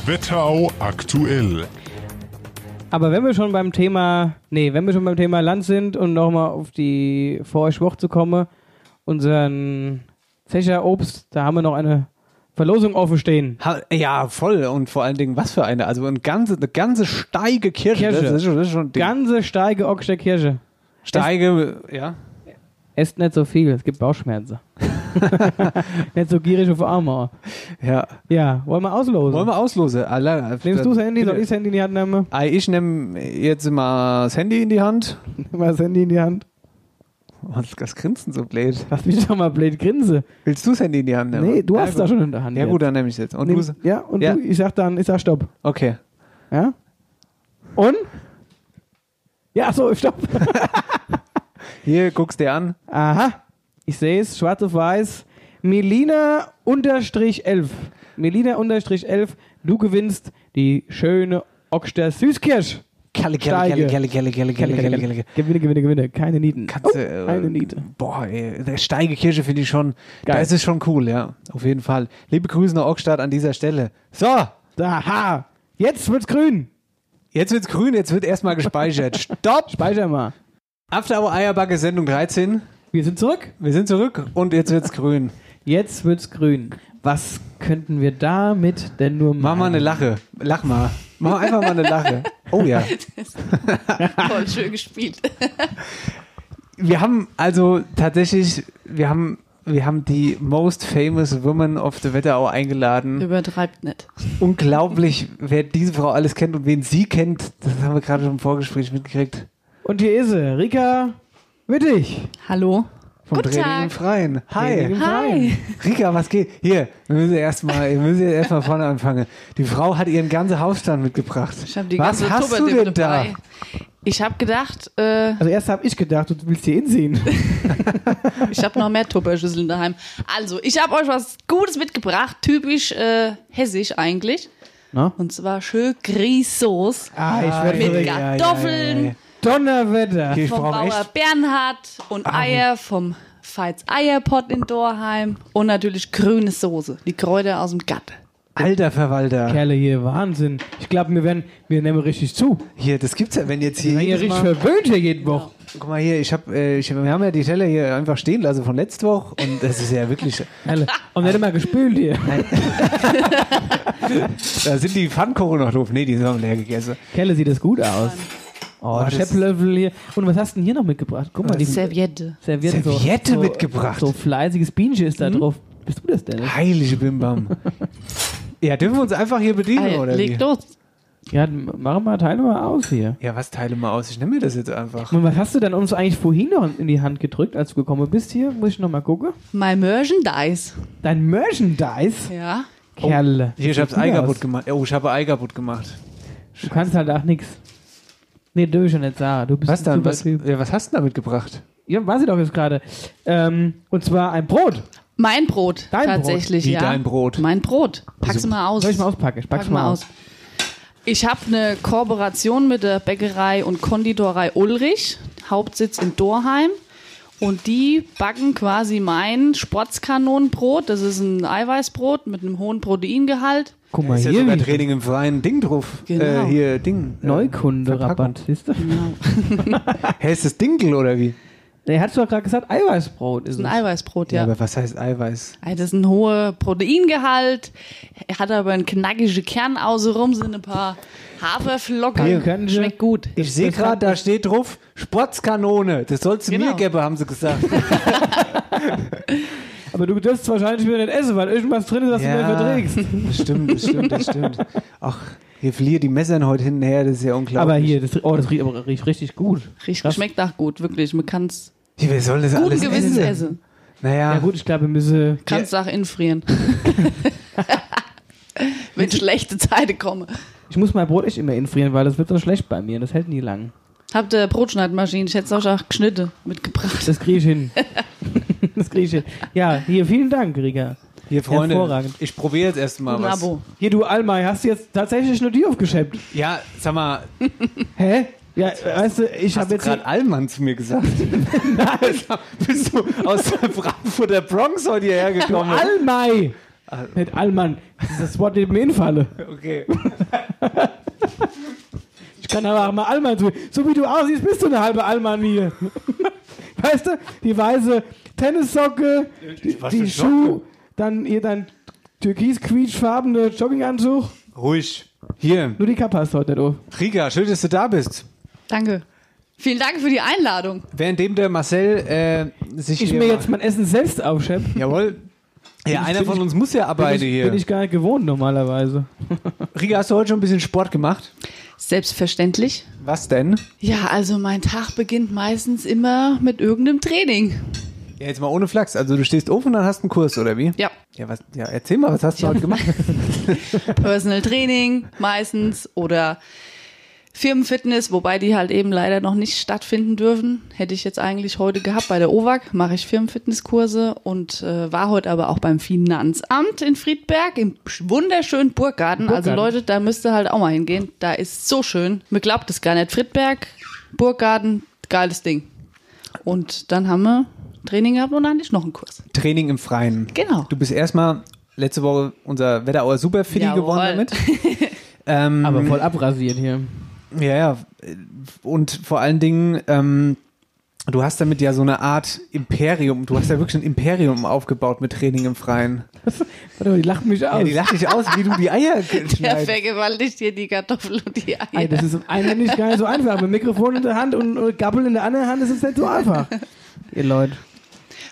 [SPEAKER 10] Wetterau aktuell.
[SPEAKER 4] Aber wenn wir schon beim Thema, nee, wenn wir schon beim Thema Land sind und nochmal auf die Vorschwoch zu kommen, unseren Zecher Obst, da haben wir noch eine Verlosung offen stehen.
[SPEAKER 3] Ha, ja, voll. Und vor allen Dingen, was für eine. Also eine ganze, eine ganze steige Kirche.
[SPEAKER 4] Kirche.
[SPEAKER 3] Das ist schon, das ist schon ein Ding.
[SPEAKER 4] Ganze Steige Ockster Kirche.
[SPEAKER 3] steige, ja.
[SPEAKER 4] Esst nicht so viel, es gibt Bauchschmerzen. nicht so gierig auf Armor.
[SPEAKER 3] ja.
[SPEAKER 4] Ja, wollen wir auslosen?
[SPEAKER 3] Wollen wir auslose? Alle, äh,
[SPEAKER 4] Nimmst du das Handy, soll
[SPEAKER 3] Bitte.
[SPEAKER 4] ich das Handy in die Hand nehmen?
[SPEAKER 3] Ah, Ich nehme jetzt mal das Handy in die Hand.
[SPEAKER 4] Nimm mal das Handy in die Hand.
[SPEAKER 3] Was ist das Grinsen so blöd?
[SPEAKER 4] Lass mich doch mal blöd grinsen.
[SPEAKER 3] Willst du das Handy in die Hand nehmen?
[SPEAKER 4] Nee, du
[SPEAKER 3] Ja,
[SPEAKER 4] hast
[SPEAKER 3] gut.
[SPEAKER 4] das schon in der Hand.
[SPEAKER 3] Ja
[SPEAKER 4] jetzt.
[SPEAKER 3] gut, dann nehme ich es jetzt. Und
[SPEAKER 4] Nimm,
[SPEAKER 3] du?
[SPEAKER 4] ja, und
[SPEAKER 3] Ja.
[SPEAKER 4] Du, ich sag dann, ich sag Stopp.
[SPEAKER 3] Okay.
[SPEAKER 4] Ja? Und? Ja, so, stopp.
[SPEAKER 3] Hier, guckst dir an.
[SPEAKER 4] Aha. Ich sehe es, schwarz auf weiß. Melina unterstrich 11. Melina unterstrich 11. Du gewinnst die schöne Ockster Süßkirsch.
[SPEAKER 3] Kalle, Kalle, Kalle,
[SPEAKER 4] Steige.
[SPEAKER 3] Kalle, Kalle, Kalle, Kalle, Kalle, Kalle.
[SPEAKER 4] Gewinne, gewinne, gewinne. Keine Nieten.
[SPEAKER 3] Katze,
[SPEAKER 4] oh,
[SPEAKER 3] äh,
[SPEAKER 4] eine Niete.
[SPEAKER 3] Boah, ey, der Steige Kirche finde ich schon,
[SPEAKER 4] Geil.
[SPEAKER 3] da ist es schon cool, ja. Auf jeden Fall. Liebe Grüße nach Ockstadt an dieser Stelle. So,
[SPEAKER 4] Aha. Jetzt wird's grün.
[SPEAKER 3] jetzt wird's grün, jetzt wird erstmal gespeichert. Stopp!
[SPEAKER 4] Speicher mal.
[SPEAKER 3] After Hour Eierbacke Sendung 13.
[SPEAKER 4] Wir sind zurück.
[SPEAKER 3] Wir sind zurück und jetzt wird's grün.
[SPEAKER 4] Jetzt wird's grün. Was könnten wir damit denn nur machen?
[SPEAKER 3] Mach mal eine Lache. Lach mal. Mach einfach mal eine Lache. Oh ja.
[SPEAKER 11] Voll schön gespielt.
[SPEAKER 3] Wir haben also tatsächlich, wir haben, wir haben die most famous woman of the Wetterau eingeladen.
[SPEAKER 11] Übertreibt nicht.
[SPEAKER 3] Unglaublich, wer diese Frau alles kennt und wen sie kennt, das haben wir gerade schon im Vorgespräch mitgekriegt.
[SPEAKER 4] Und hier ist sie, Rika Wittig.
[SPEAKER 11] Hallo.
[SPEAKER 3] Vom
[SPEAKER 11] Guten
[SPEAKER 3] Training
[SPEAKER 11] Tag.
[SPEAKER 3] im Freien. Hi.
[SPEAKER 11] Hi.
[SPEAKER 3] Rika, was geht? Hier, wir müssen erstmal, wir müssen jetzt erstmal vorne anfangen. Die Frau hat ihren ganzen Hausstand mitgebracht.
[SPEAKER 11] Ich hab die
[SPEAKER 3] was
[SPEAKER 11] ganze
[SPEAKER 3] hast du
[SPEAKER 11] Tupperdip
[SPEAKER 3] denn
[SPEAKER 11] dabei. Ich habe gedacht, äh,
[SPEAKER 4] Also erst habe ich gedacht, du willst hier insehen.
[SPEAKER 11] ich habe noch mehr Tupperschüsseln daheim. Also, ich habe euch was Gutes mitgebracht, typisch äh, hessisch eigentlich.
[SPEAKER 4] Na?
[SPEAKER 11] Und zwar schön Grießsoße
[SPEAKER 4] Ah, ich werde
[SPEAKER 11] mit
[SPEAKER 4] verrückt.
[SPEAKER 11] Kartoffeln.
[SPEAKER 4] Donnerwetter.
[SPEAKER 3] da? Hier, ich
[SPEAKER 11] vom
[SPEAKER 3] brauche
[SPEAKER 11] Bauer
[SPEAKER 3] echt. Ah.
[SPEAKER 11] Bernhard und Eier vom Veits Eierpott in Dorheim und natürlich grüne Soße, die Kräuter aus dem Gatte.
[SPEAKER 3] Alter Verwalter.
[SPEAKER 4] Kerle hier, Wahnsinn. Ich glaube, wir werden, wir nehmen richtig zu.
[SPEAKER 3] Hier, das gibt's ja, wenn jetzt hier.
[SPEAKER 4] Wir werden ja
[SPEAKER 3] jedes
[SPEAKER 4] richtig
[SPEAKER 3] Mal- Genau.
[SPEAKER 4] verwöhnt hier jeden Woche.
[SPEAKER 3] Guck mal hier, ich hab, äh, ich, wir haben ja die Teller hier einfach stehen lassen von letzter Woche und das ist ja wirklich.
[SPEAKER 4] Kerle. Und nicht immer gespült hier.
[SPEAKER 3] Da sind die Pfannkuchen noch drauf. Nee, die sind auch leer gegessen.
[SPEAKER 4] Kerle sieht das gut aus. Oh,
[SPEAKER 3] Oh,
[SPEAKER 4] ein
[SPEAKER 3] das-
[SPEAKER 4] Schepplöffel hier. Und was hast du denn hier noch mitgebracht? Guck mal, die
[SPEAKER 11] Serviette.
[SPEAKER 4] Serviette, so-
[SPEAKER 3] Serviette
[SPEAKER 4] so,
[SPEAKER 3] mitgebracht.
[SPEAKER 4] So fleißiges Bienchen ist da
[SPEAKER 11] Hm?
[SPEAKER 4] drauf. Bist du das denn?
[SPEAKER 3] Heilige Bimbam. ja, dürfen wir uns einfach hier bedienen,
[SPEAKER 11] Ei,
[SPEAKER 3] oder?
[SPEAKER 11] leg
[SPEAKER 3] wie?
[SPEAKER 11] los.
[SPEAKER 4] Ja, machen wir, teilen wir aus hier.
[SPEAKER 3] Ja, was teile mal aus? Ich nehme mir das jetzt einfach.
[SPEAKER 4] Und was hast du denn uns eigentlich vorhin noch in die Hand gedrückt, als du gekommen bist hier? Muss ich nochmal gucken.
[SPEAKER 11] My Merchandise.
[SPEAKER 4] Dein Merchandise?
[SPEAKER 11] Ja.
[SPEAKER 4] Kerle.
[SPEAKER 3] Oh, Hier, ich hab's
[SPEAKER 4] Sieht gut
[SPEAKER 3] Ei
[SPEAKER 4] aus.
[SPEAKER 3] kaputt gemacht. Oh, ich habe Ei kaputt gemacht.
[SPEAKER 4] Du kannst halt auch nix. Nee, dürfen ich ja nicht sagen. Du bist
[SPEAKER 3] Was
[SPEAKER 4] ein
[SPEAKER 3] dann?
[SPEAKER 4] super
[SPEAKER 3] Was,
[SPEAKER 4] Typ.
[SPEAKER 3] ja, was hast du denn damit gebracht?
[SPEAKER 4] Ja, weiß ich doch jetzt gerade. Ähm, und zwar ein Brot.
[SPEAKER 11] Mein Brot
[SPEAKER 4] Dein Brot.
[SPEAKER 11] tatsächlich,
[SPEAKER 3] Wie
[SPEAKER 11] ja.
[SPEAKER 3] dein Brot.
[SPEAKER 11] Mein Brot. Pack's mal aus.
[SPEAKER 4] Also, Soll ich mal auspacken? Ich pack's
[SPEAKER 11] Pack mal aus. Ich habe eine Kooperation mit der Bäckerei und Konditorei Ulrich, Hauptsitz in Dorheim. Und die backen quasi mein Sportskanonenbrot. Das ist ein Eiweißbrot mit einem hohen Proteingehalt.
[SPEAKER 4] Guck mal
[SPEAKER 3] Ist ja
[SPEAKER 4] hier.
[SPEAKER 3] sogar
[SPEAKER 4] wie-
[SPEAKER 3] Training im freien Ding drauf. Äh,
[SPEAKER 11] Genau.
[SPEAKER 3] hier, Ding. Äh,
[SPEAKER 4] Neukunde-Rabatt,
[SPEAKER 3] Verpackung.
[SPEAKER 4] siehst du?
[SPEAKER 11] Genau.
[SPEAKER 3] Hä, ist das Dinkel oder wie?
[SPEAKER 4] Nee, hast du doch gerade gesagt, Eiweißbrot ist
[SPEAKER 11] Das
[SPEAKER 4] es.
[SPEAKER 11] ist ein Eiweißbrot, ja.
[SPEAKER 3] aber was heißt Eiweiß?
[SPEAKER 11] Äh, Das ist ein hoher Proteingehalt. Er hat aber einen knackigen Kern außenrum, sind ein paar
[SPEAKER 4] Hier,
[SPEAKER 11] Haferflocken.
[SPEAKER 4] können Sie-
[SPEAKER 11] Schmeckt gut.
[SPEAKER 3] Ich sehe gerade, da steht drauf Sportskanone. Das sollst du mir
[SPEAKER 11] Genau.
[SPEAKER 3] geben, haben sie gesagt.
[SPEAKER 4] Aber du dürfst wahrscheinlich wieder nicht essen, weil irgendwas drin ist, was du nicht verträgst.
[SPEAKER 3] das stimmt, das stimmt, das stimmt. Ach, hier verlieren die Messern heute hin und her, das ist ja unglaublich.
[SPEAKER 4] Aber hier, das, oh, das riecht, aber riecht richtig gut.
[SPEAKER 11] Riecht,
[SPEAKER 4] Krass.
[SPEAKER 11] schmeckt nach gut, wirklich. Man kann es
[SPEAKER 3] Hier, wer soll das
[SPEAKER 11] guten
[SPEAKER 3] alles
[SPEAKER 11] Gewissens
[SPEAKER 3] essen?
[SPEAKER 11] essen.
[SPEAKER 3] Naja,
[SPEAKER 4] Ja gut, ich glaube, wir müssen...
[SPEAKER 11] Kannst auch infrieren. Wenn schlechte Zeiten kommen.
[SPEAKER 4] Ich muss mein Brot echt immer infrieren, weil das wird so schlecht bei mir. Das hält nie lang.
[SPEAKER 11] Habt ihr Brotschneidmaschine? Ich hätte es euch auch geschnitten mitgebracht.
[SPEAKER 4] Das kriege ich hin. das kriege ich hin. Ja, hier, vielen Dank, Rika.
[SPEAKER 3] hier Freunde,
[SPEAKER 4] hervorragend.
[SPEAKER 3] ich probiere jetzt erstmal
[SPEAKER 11] Ein
[SPEAKER 3] was.
[SPEAKER 11] Abo.
[SPEAKER 4] Hier, du Almai, hast du jetzt tatsächlich nur die aufgeschäppt?
[SPEAKER 3] Ja, sag mal,
[SPEAKER 4] Hä? Ja, weißt du, ich
[SPEAKER 3] hast
[SPEAKER 4] habe
[SPEAKER 3] du
[SPEAKER 4] jetzt...
[SPEAKER 3] gerade Allmann zu mir gesagt? Nein. Bist du aus der Frankfurter Bronx heute hierher gekommen?
[SPEAKER 4] Almai! Nicht Allmann. Das ist das Wort, das mir infalle.
[SPEAKER 3] Okay.
[SPEAKER 4] Ich kann aber auch mal Allmann tun. So wie du aussiehst, bist du eine halbe Allmann hier. Weißt du, die weiße Tennissocke, die,
[SPEAKER 3] Was für
[SPEAKER 4] die Schuh, dann ihr dein türkis-quietschfarbene Jogginganzug.
[SPEAKER 3] Ruhig. Hier,
[SPEAKER 4] Nur die Kappe hast du heute nicht auf.
[SPEAKER 3] Riga, schön, dass du da bist.
[SPEAKER 11] Danke. Vielen Dank für die Einladung.
[SPEAKER 3] Währenddem der Marcel äh, sich
[SPEAKER 4] Ich
[SPEAKER 3] hier
[SPEAKER 4] mir
[SPEAKER 3] mal-
[SPEAKER 4] jetzt mein Essen selbst aufschäppe.
[SPEAKER 3] Jawohl. Ja,
[SPEAKER 4] ich-
[SPEAKER 3] einer
[SPEAKER 4] bin
[SPEAKER 3] von
[SPEAKER 4] ich-
[SPEAKER 3] uns muss ja arbeiten
[SPEAKER 4] bin ich,
[SPEAKER 3] hier.
[SPEAKER 4] Bin ich gar nicht gewohnt normalerweise.
[SPEAKER 3] Riga, hast du heute schon ein bisschen Sport gemacht?
[SPEAKER 11] Selbstverständlich.
[SPEAKER 3] Was denn?
[SPEAKER 11] Ja, also mein Tag beginnt meistens immer mit irgendeinem Training.
[SPEAKER 3] Ja, jetzt mal ohne Flachs. Also du stehst auf und dann hast einen Kurs, oder wie?
[SPEAKER 11] Ja,
[SPEAKER 3] Ja, was, ja erzähl mal, was hast du heute gemacht?
[SPEAKER 11] Personal Training meistens oder Firmenfitness, wobei die halt eben leider noch nicht stattfinden dürfen. Hätte ich jetzt eigentlich heute gehabt. Bei der OWAG mache ich Firmenfitnesskurse und äh, war heute aber auch beim Finanzamt in Friedberg im sch- wunderschönen Burggarten. Also
[SPEAKER 4] Burggarten.
[SPEAKER 11] Leute, da müsst ihr halt auch mal hingehen. Da ist so schön. Mir glaubt es gar nicht. Friedberg, Burggarten, geiles Ding. Und dann haben wir Training gehabt und dann hatte ich noch einen Kurs.
[SPEAKER 3] Training im Freien.
[SPEAKER 11] Genau.
[SPEAKER 3] Du bist erstmal letzte Woche unser Wetterauer Superfitty
[SPEAKER 11] Jawohl.
[SPEAKER 3] geworden damit.
[SPEAKER 11] oh.
[SPEAKER 3] Ähm,
[SPEAKER 4] Aber voll abrasiert hier.
[SPEAKER 3] Ja, ja. Und vor allen Dingen, ähm, du hast damit ja so eine Art Imperium. Du hast ja wirklich ein Imperium aufgebaut mit Training im Freien.
[SPEAKER 4] Warte mal, die lacht mich aus.
[SPEAKER 3] Ja, die lacht dich aus, wie du die Eier
[SPEAKER 11] Der
[SPEAKER 3] schneidest.
[SPEAKER 11] vergewaltigt hier die Kartoffel und die Eier.
[SPEAKER 4] Ey, das ist eigentlich gar nicht so einfach. Mit Mikrofon in der Hand und und Gabel in der anderen Hand ist es nicht so einfach. Ihr Leute.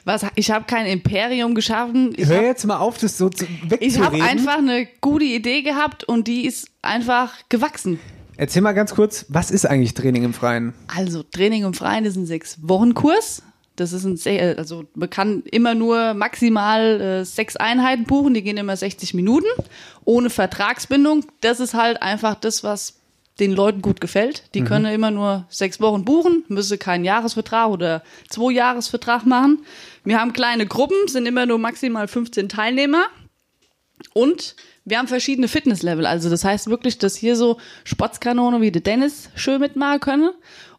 [SPEAKER 11] Was, ich habe kein Imperium geschaffen. Ich
[SPEAKER 3] Hör
[SPEAKER 11] habe
[SPEAKER 3] jetzt mal auf, das so zu-
[SPEAKER 11] hab
[SPEAKER 3] wegzureden.
[SPEAKER 11] einfach eine gute Idee gehabt und die ist einfach gewachsen.
[SPEAKER 3] Erzähl mal ganz kurz, was ist eigentlich Training im Freien?
[SPEAKER 11] Also Training im Freien ist ein Sechs-Wochen-Kurs. Das ist ein sehr, also man kann immer nur maximal äh, sechs Einheiten buchen, die gehen immer 60 Minuten, ohne Vertragsbindung. Das ist halt einfach das, was den Leuten gut gefällt. Die können immer nur sechs Wochen buchen, müssen keinen Jahresvertrag oder zwei Jahresvertrag machen. Wir haben kleine Gruppen, sind immer nur maximal 15 Teilnehmer. Und wir haben verschiedene Fitnesslevel. Also das heißt wirklich, dass hier so Sportskanone wie der Dennis schön mitmachen können.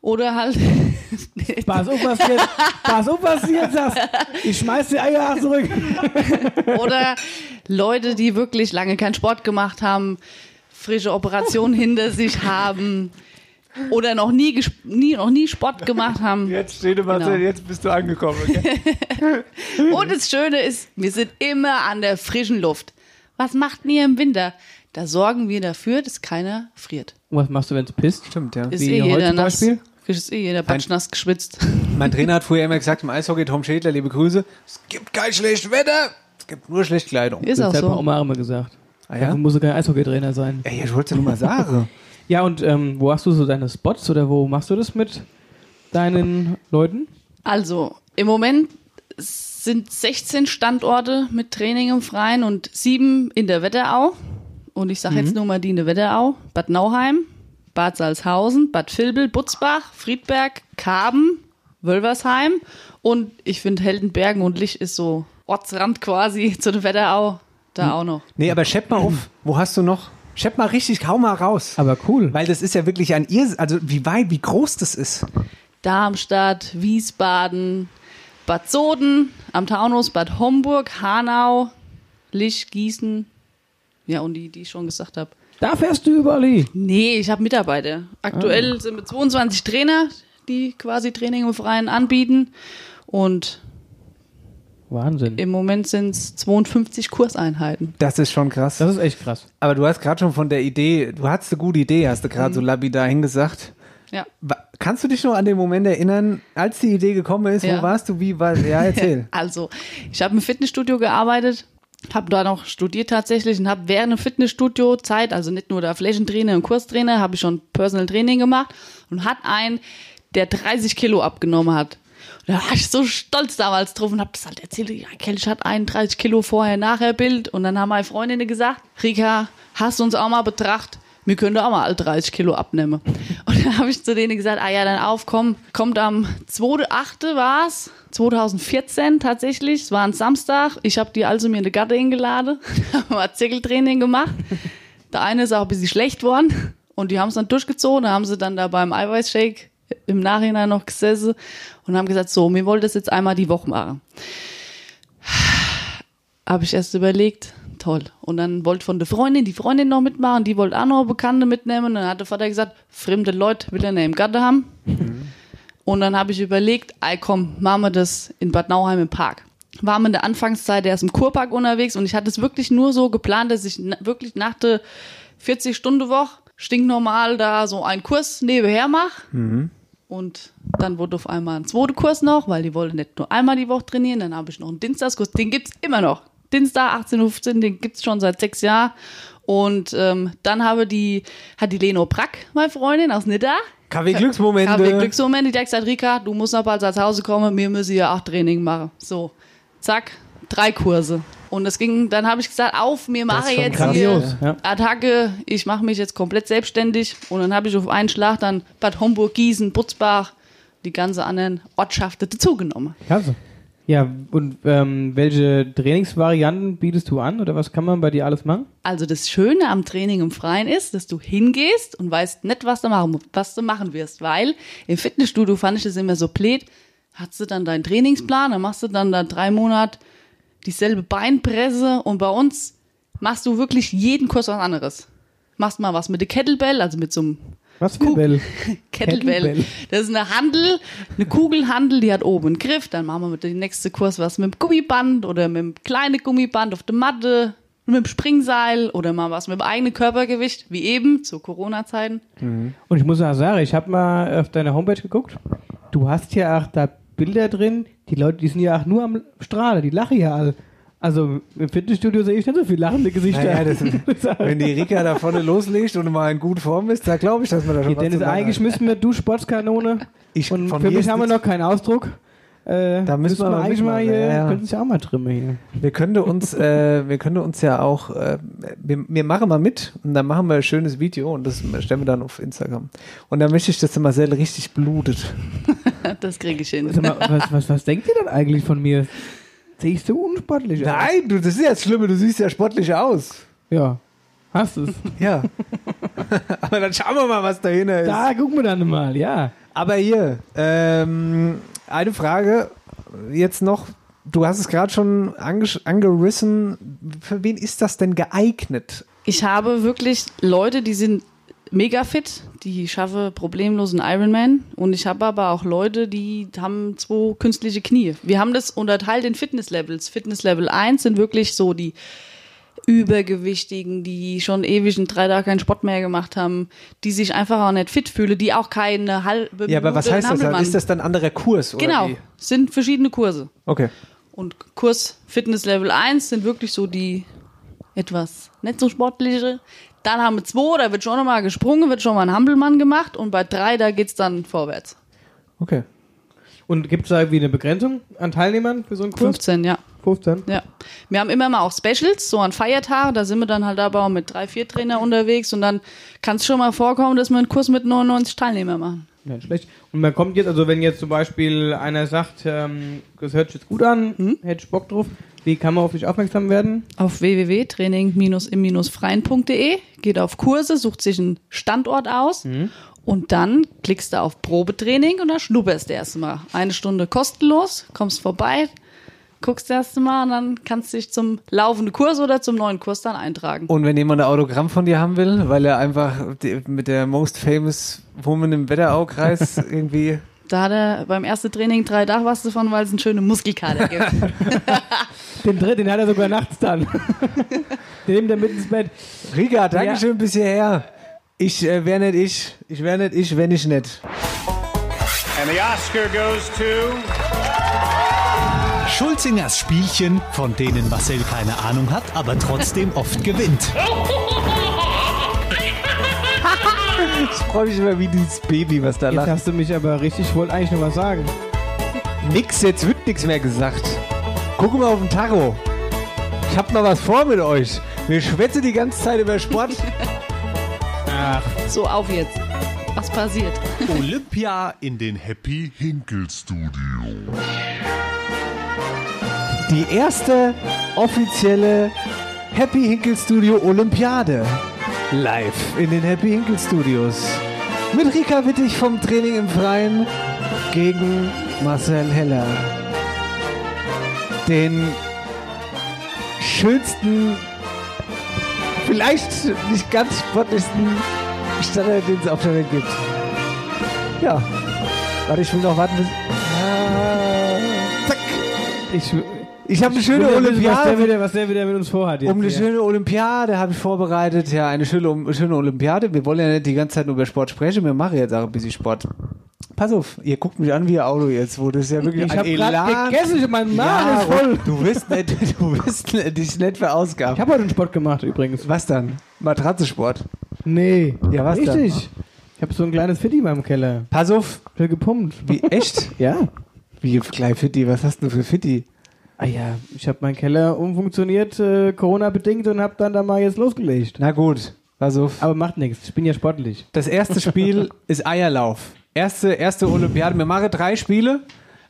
[SPEAKER 11] Oder halt
[SPEAKER 10] Pass
[SPEAKER 3] oh,
[SPEAKER 10] auf, was du jetzt, pass auf, was du jetzt sagst. Ich schmeiß die Eier zurück.
[SPEAKER 11] oder Leute, die wirklich lange keinen Sport gemacht haben, frische Operationen hinter sich haben oder noch nie, ges- nie, noch nie Sport gemacht haben.
[SPEAKER 3] Jetzt steht immer,
[SPEAKER 11] Genau.
[SPEAKER 3] jetzt bist du angekommen. Okay?
[SPEAKER 11] Und das Schöne ist, wir sind immer an der frischen Luft. Was macht denn ihr im Winter? Da sorgen wir dafür, dass keiner friert.
[SPEAKER 4] Und was machst du, wenn du pisst?
[SPEAKER 3] Stimmt, ja.
[SPEAKER 11] Ist
[SPEAKER 4] Wie
[SPEAKER 11] eh
[SPEAKER 4] heute
[SPEAKER 11] jeder
[SPEAKER 4] zum
[SPEAKER 11] nass.
[SPEAKER 4] Beispiel?
[SPEAKER 11] Ist eh jeder patschnass geschwitzt.
[SPEAKER 3] Mein Trainer hat früher immer gesagt, im Eishockey, Tom Schädler, liebe Grüße, es gibt kein schlechtes Wetter, es gibt nur schlechte Kleidung.
[SPEAKER 11] Ist auch
[SPEAKER 4] Das hat
[SPEAKER 11] so.
[SPEAKER 4] auch mal immer gesagt.
[SPEAKER 3] Ah, ja?
[SPEAKER 4] Dafür muss er kein Eishockeytrainer sein.
[SPEAKER 3] Ey, ich wollte nur mal sagen.
[SPEAKER 4] Ja, und ähm, wo hast du so deine Spots oder wo machst du das mit deinen Leuten?
[SPEAKER 11] Also, im Moment sind 16 Standorte mit Training im Freien und sieben in der Wetterau. Und ich sage jetzt nur mal die in der Wetterau. Bad Nauheim, Bad Salzhausen, Bad Vilbel, Butzbach, Friedberg, Karben, Wölversheim. Und ich finde Heldenbergen und Lich ist so Ortsrand quasi zu der Wetterau. Da auch noch.
[SPEAKER 3] Nee, aber schepp mal auf, wo hast du noch? Schepp mal richtig, hau mal raus.
[SPEAKER 4] Aber cool.
[SPEAKER 3] Weil das ist ja wirklich ein Irrsinn, also wie weit, wie groß das ist.
[SPEAKER 11] Darmstadt, Wiesbaden, Bad Soden, am Taunus, Bad Homburg, Hanau, Lich, Gießen. Ja, und die, die ich schon gesagt habe.
[SPEAKER 4] Da fährst du Ah. überall hin.
[SPEAKER 11] Nee, ich habe Mitarbeiter. Aktuell sind wir 22 Trainer, die quasi Training im Freien anbieten. Und
[SPEAKER 4] Wahnsinn.
[SPEAKER 11] im Moment sind es 52 Kurseinheiten.
[SPEAKER 3] Das ist schon krass.
[SPEAKER 4] Das ist echt krass.
[SPEAKER 3] aber du hast gerade schon von der Idee, du hattest eine gute Idee, hast du gerade
[SPEAKER 11] Mhm.
[SPEAKER 3] so lapidar hingesagt.
[SPEAKER 11] Ja.
[SPEAKER 3] Wa- Kannst du dich noch an den Moment erinnern, als die Idee gekommen ist, wo
[SPEAKER 11] Ja.
[SPEAKER 3] warst du, wie war, ja, erzähl.
[SPEAKER 11] Also, ich habe im Fitnessstudio gearbeitet, habe da noch studiert tatsächlich und habe während dem Fitnessstudio Zeit, also nicht nur der Flächentrainer und Kurstrainer, habe ich schon Personal Training gemacht und hat einen, der 30 Kilo abgenommen hat. Und da war ich so stolz damals drauf und habe das halt erzählt. Ja, Kelch hat 31 Kilo vorher, nachher Bild. Und dann haben meine Freundinnen gesagt, Rika, hast du uns auch mal betrachtet? Wir können doch auch mal alle 30 Kilo abnehmen. Und dann habe ich zu denen gesagt, ah ja, dann aufkommen. Kommt am 2.8. war es, 2014 tatsächlich. Es war ein Samstag. Ich habe die also mir eine Gatte eingeladen, haben mal Zirkeltraining gemacht. Der eine ist auch ein bisschen schlecht worden und die haben es dann durchgezogen. Da haben sie dann da beim Eiweißshake im Nachhinein noch gesessen und haben gesagt, so, wir wollen das jetzt einmal die Woche machen. Habe ich erst überlegt, toll. Und dann wollte von der Freundin die Freundin noch mitmachen, die wollte auch noch Bekannte mitnehmen. Und dann hat der Vater gesagt, fremde Leute will er nicht im Garten haben. Und dann habe ich überlegt, ey komm, machen wir das in Bad Nauheim im Park. Waren wir in der Anfangszeit erst im Kurpark unterwegs und ich hatte es wirklich nur so geplant, dass ich na- wirklich nach der 40-Stunde-Woche stinknormal da so einen Kurs nebenher mache. Und dann wurde auf einmal ein zweiter Kurs noch, weil die wollte nicht nur einmal die Woche trainieren. Dann habe ich noch einen Dienstagskurs, den gibt's immer noch. Dienstag 18.15 Uhr, den gibt's schon seit sechs Jahren. Und ähm, dann habe die, hat die Leno Brack, meine Freundin aus Nidda,
[SPEAKER 3] KW-Glücksmomente.
[SPEAKER 11] habe Glücksmomente, die hat gesagt, Rika, du musst noch bald nach Hause kommen, wir müssen ja auch Training machen. So, zack, drei Kurse. Und das ging, dann habe ich gesagt, auf, mir mache jetzt
[SPEAKER 4] grandios,
[SPEAKER 11] hier
[SPEAKER 4] ja.
[SPEAKER 11] Attacke, ich mache mich jetzt komplett selbstständig. Und dann habe ich auf einen Schlag dann Bad Homburg, Gießen, Butzbach, die ganzen anderen Ortschaften dazugenommen.
[SPEAKER 4] Klasse. Ja, und ähm, welche Trainingsvarianten bietest du an oder was kann man bei dir alles machen?
[SPEAKER 11] Also das Schöne am Training im Freien ist, dass du hingehst und weißt nicht, was du machen, was du machen wirst, weil im Fitnessstudio fand ich das immer so blöd. Hast du dann deinen Trainingsplan, dann machst du dann da drei Monate dieselbe Beinpresse und bei uns machst du wirklich jeden Kurs was anderes. Machst mal was mit der Kettlebell, also mit so einem
[SPEAKER 4] Was für Bell?
[SPEAKER 11] Kettlebell.
[SPEAKER 4] Kettlebell.
[SPEAKER 11] Das ist eine Handel, eine Kugelhandel, die hat oben einen Griff. Dann machen wir mit dem nächsten Kurs was mit dem Gummiband oder mit dem kleinen Gummiband auf der Matte, mit dem Springseil oder mal was mit dem eigenen Körpergewicht, wie eben zu Corona-Zeiten.
[SPEAKER 3] Mhm.
[SPEAKER 4] Und ich muss auch sagen, ich habe mal auf deine Homepage geguckt. Du hast ja auch da Bilder drin. Die Leute, die sind ja auch nur am Strahlen, die lachen ja alle. Also im Fitnessstudio sehe ich nicht so viel lachende Gesichter.
[SPEAKER 3] Naja, das, wenn die Rika da vorne loslegt und mal in guter Form ist, da glaube ich, dass man da schon
[SPEAKER 4] Dennis
[SPEAKER 3] zu sagen
[SPEAKER 4] eingeschmissen mit, du Sportskanone.
[SPEAKER 3] Ich-
[SPEAKER 4] und
[SPEAKER 3] von
[SPEAKER 4] für
[SPEAKER 3] mir
[SPEAKER 4] mich
[SPEAKER 3] ist
[SPEAKER 4] haben wir
[SPEAKER 3] nix-
[SPEAKER 4] noch keinen Ausdruck. Äh,
[SPEAKER 3] Da müssen wir aber
[SPEAKER 4] eigentlich mal
[SPEAKER 3] mitmachen,
[SPEAKER 4] hier,
[SPEAKER 3] ja, ja.
[SPEAKER 4] könnten sich auch mal trimmen hier.
[SPEAKER 3] Wir könnten uns, äh, wir könnten uns ja auch, äh, wir, wir machen mal mit und dann machen wir ein schönes Video und das stellen wir dann auf Instagram. Und dann möchte ich, dass der Marcel richtig blutet.
[SPEAKER 11] Das kriege ich hin.
[SPEAKER 4] Sag mal, was, was, was denkt ihr denn eigentlich von mir? Sehe ich so unsportlich aus?
[SPEAKER 3] Nein, du, das ist ja das Schlimme, du siehst ja sportlich aus.
[SPEAKER 4] Ja. Hast es.
[SPEAKER 3] Ja. Aber dann schauen wir mal, was dahinter ist.
[SPEAKER 4] Da gucken wir dann mal, ja.
[SPEAKER 3] Aber hier, ähm, eine Frage jetzt noch. Du hast es gerade schon ange angerissen. Für wen ist das denn geeignet?
[SPEAKER 11] Ich habe wirklich Leute, die sind mega fit, die schaffen problemlos einen Ironman und ich habe aber auch Leute, die haben zwei künstliche Knie. Wir haben das unterteilt in Fitnesslevels. Fitnesslevel 1 sind wirklich so die Übergewichtigen, die schon ewig in drei Tagen keinen Sport mehr gemacht haben, die sich einfach auch nicht fit fühlen, die auch keine halbe
[SPEAKER 3] Ja, aber was
[SPEAKER 11] Minute
[SPEAKER 3] heißt das?
[SPEAKER 11] Hampelmann-
[SPEAKER 3] dann? Ist das dann ein anderer Kurs? Oder
[SPEAKER 11] Genau,
[SPEAKER 3] Wie?
[SPEAKER 11] sind verschiedene Kurse.
[SPEAKER 3] Okay.
[SPEAKER 11] Und Kurs Fitness Level 1 sind wirklich so die etwas nicht so sportliche. Dann haben wir zwei, da wird schon nochmal gesprungen, wird schon mal ein Hampelmann gemacht und bei drei, da geht's dann vorwärts.
[SPEAKER 3] Okay.
[SPEAKER 4] Und gibt es da irgendwie eine Begrenzung an Teilnehmern für so einen Kurs?
[SPEAKER 11] 15, ja.
[SPEAKER 4] 15.
[SPEAKER 11] Ja. Wir haben immer mal auch Specials, so an Feiertagen, da sind wir dann halt aber auch mit drei, vier Trainer unterwegs und dann kann es schon mal vorkommen, dass wir einen Kurs mit 99 Teilnehmern machen.
[SPEAKER 4] Nein, schlecht. Und man kommt jetzt, also wenn jetzt zum Beispiel einer sagt, ähm, das hört sich jetzt gut an,
[SPEAKER 11] Hm?
[SPEAKER 4] hätte ich Bock drauf, wie kann man auf dich aufmerksam werden?
[SPEAKER 11] Auf www.training-im-freien.de, geht auf Kurse, sucht sich einen Standort aus
[SPEAKER 3] Mhm.
[SPEAKER 11] Und dann klickst du auf Probetraining und dann schnupperst du erstmal. Eine Stunde kostenlos, kommst vorbei, guckst erstmal und dann kannst du dich zum laufenden Kurs oder zum neuen Kurs dann eintragen.
[SPEAKER 3] Und wenn jemand ein Autogramm von dir haben will, weil er einfach die, mit der Most Famous Woman im Wetteraukreis irgendwie.
[SPEAKER 11] Da hat er beim ersten Training drei Tage was davon, weil es eine schöne Muskelkater gibt.
[SPEAKER 4] Den dritten, den hat er sogar nachts dann. den nimmt er mit ins Bett.
[SPEAKER 3] Riga, Dankeschön bis hierher. Ich äh, wäre nicht ich. Ich wäre nicht ich, wenn ich nicht.
[SPEAKER 12] And the Oscar goes to.
[SPEAKER 7] Schulzingers Spielchen, von denen Marcel keine Ahnung hat, aber trotzdem oft gewinnt.
[SPEAKER 3] Ich freue mich immer wie dieses Baby, was da
[SPEAKER 4] Jetzt
[SPEAKER 3] lacht.
[SPEAKER 4] hast du mich aber richtig, ich wollte eigentlich noch was sagen.
[SPEAKER 3] Nix, jetzt wird nichts mehr gesagt. Guck mal auf den Tacho. Ich hab mal was vor mit euch. Wir schwätzen die ganze Zeit über Sport.
[SPEAKER 4] Ach,
[SPEAKER 11] so, auf jetzt. Was passiert?
[SPEAKER 7] Olympia in den Happy Hinkel Studio.
[SPEAKER 3] Die erste offizielle Happy Hinkel Studio Olympiade. Live in den Happy Hinkel Studios. Mit Rika Wittig vom Training im Freien gegen Marcel Heller. Den schönsten, vielleicht nicht ganz sportlichsten Standard, den es auf der Welt gibt. Ja. Warte, ich will noch warten bis. Ah, zack.
[SPEAKER 4] ich,
[SPEAKER 3] Ich habe eine
[SPEAKER 4] will
[SPEAKER 3] schöne
[SPEAKER 4] ja wissen, Was der,
[SPEAKER 3] Olympiade.
[SPEAKER 4] wieder, was der wieder mit uns vorhat. Jetzt
[SPEAKER 3] Um eine
[SPEAKER 4] hier.
[SPEAKER 3] schöne Olympiade habe ich vorbereitet. Ja, eine schöne, um, schöne Olympiade. Wir wollen ja nicht die ganze Zeit nur über Sport sprechen. Wir machen jetzt auch ein bisschen Sport. Pass auf, ihr guckt mich an wie ein Auto jetzt, wo das ist ja wirklich
[SPEAKER 4] Ich
[SPEAKER 3] ein
[SPEAKER 4] hab grad
[SPEAKER 3] Elan.
[SPEAKER 4] gegessen, mein Magen
[SPEAKER 3] ja,
[SPEAKER 4] ist voll.
[SPEAKER 3] Du wirst nicht, du wirst nicht, dich nicht verausgaben.
[SPEAKER 4] Ich habe heute einen Sport gemacht übrigens.
[SPEAKER 3] Was dann? Matratzensport.
[SPEAKER 4] Nee.
[SPEAKER 3] Ja, was dann?
[SPEAKER 4] Richtig. Ich habe so ein kleines Fitti in meinem Keller.
[SPEAKER 3] Pass auf,
[SPEAKER 4] Ich bin gepumpt.
[SPEAKER 3] wie echt?
[SPEAKER 4] Ja.
[SPEAKER 3] Wie klein Fitti, was hast du für Fitti?
[SPEAKER 4] Ah ja, ich habe meinen Keller umfunktioniert, äh, Corona-bedingt und habe dann da mal jetzt losgelegt.
[SPEAKER 3] Na gut, pass auf.
[SPEAKER 4] Aber macht nichts, ich bin ja sportlich.
[SPEAKER 3] Das erste Spiel ist Eierlauf. Erste, erste Olympiade. Wir machen drei Spiele.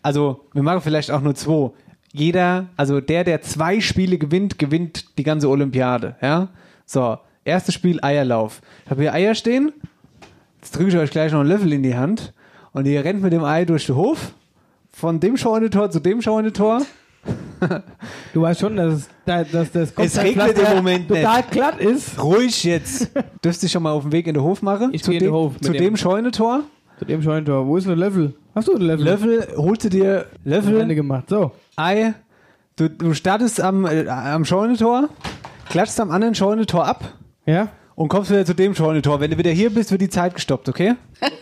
[SPEAKER 3] Also, wir machen vielleicht auch nur zwei. Jeder, also der, der zwei Spiele gewinnt, gewinnt die ganze Olympiade. Ja? So, erstes Spiel Eierlauf. Ich habe hier Eier stehen. Jetzt drücke ich euch gleich noch einen Löffel in die Hand. Und ihr rennt mit dem Ei durch den Hof. Von dem Scheunentor zu dem Scheunentor.
[SPEAKER 4] Du weißt schon, dass, es- da- dass das
[SPEAKER 3] regnet im Moment
[SPEAKER 4] total
[SPEAKER 3] nicht.
[SPEAKER 4] glatt ist.
[SPEAKER 3] Ruhig jetzt. Dürfte ich schon mal auf dem Weg in den Hof machen?
[SPEAKER 4] Ich
[SPEAKER 3] zu
[SPEAKER 4] gehe in den
[SPEAKER 3] dem-
[SPEAKER 4] Hof mit
[SPEAKER 3] Zu
[SPEAKER 4] dem-
[SPEAKER 3] dem Scheunentor.
[SPEAKER 4] Zu dem Scheunentor, wo ist der Löffel? Hast du einen Löffel?
[SPEAKER 3] Löffel, holte dir Löffel.
[SPEAKER 4] Ende gemacht. So,
[SPEAKER 3] Ei, du, du startest am, äh, am Scheunentor, klatschst am anderen Scheunentor ab
[SPEAKER 4] ja,
[SPEAKER 3] und kommst wieder zu dem Scheunentor. Wenn du wieder hier bist, wird die Zeit gestoppt, okay?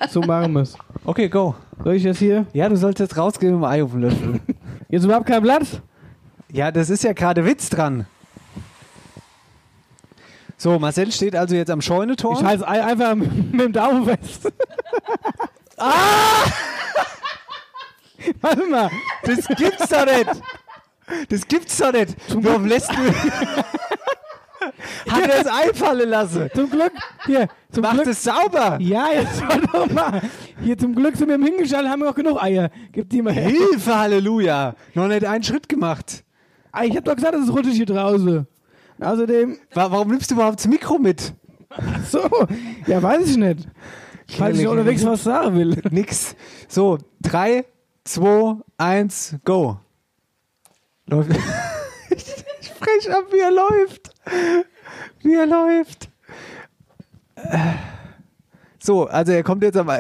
[SPEAKER 4] so machen wir es.
[SPEAKER 3] Okay, go.
[SPEAKER 4] Soll ich das hier?
[SPEAKER 3] Ja, du sollst jetzt rausgehen mit dem Ei auf den Löffel.
[SPEAKER 4] Jetzt überhaupt kein Blatt?
[SPEAKER 3] ja, das ist ja gerade Witz dran. So, Marcel steht also jetzt am Scheunentor.
[SPEAKER 4] Ich halte Ei einfach mit dem Daumen fest.
[SPEAKER 3] Warte mal, das gibt's doch nicht. Das gibt's doch nicht. Warum lässt du... Hat er es einfallen lassen?
[SPEAKER 10] Zum Glück. Hier, zum
[SPEAKER 3] Macht
[SPEAKER 10] Glück.
[SPEAKER 3] es sauber.
[SPEAKER 10] Ja, jetzt war doch mal. Hier zum Glück sind wir im Hingeschaltet, haben wir auch genug Eier. Gib die mal her.
[SPEAKER 3] Hilfe, Halleluja. Noch nicht einen Schritt gemacht.
[SPEAKER 10] Ah, ich hab doch gesagt, es ist rutschig hier draußen. Und außerdem.
[SPEAKER 3] Warum nimmst du überhaupt das Mikro mit?
[SPEAKER 10] Ach so, ja, weiß ich nicht. Falls ich unterwegs was sagen will.
[SPEAKER 3] Nix. So, 3, 2, 1, go. Läuft. ich frech ab, wie er läuft. Wie er läuft. Äh. So, also er kommt jetzt am, am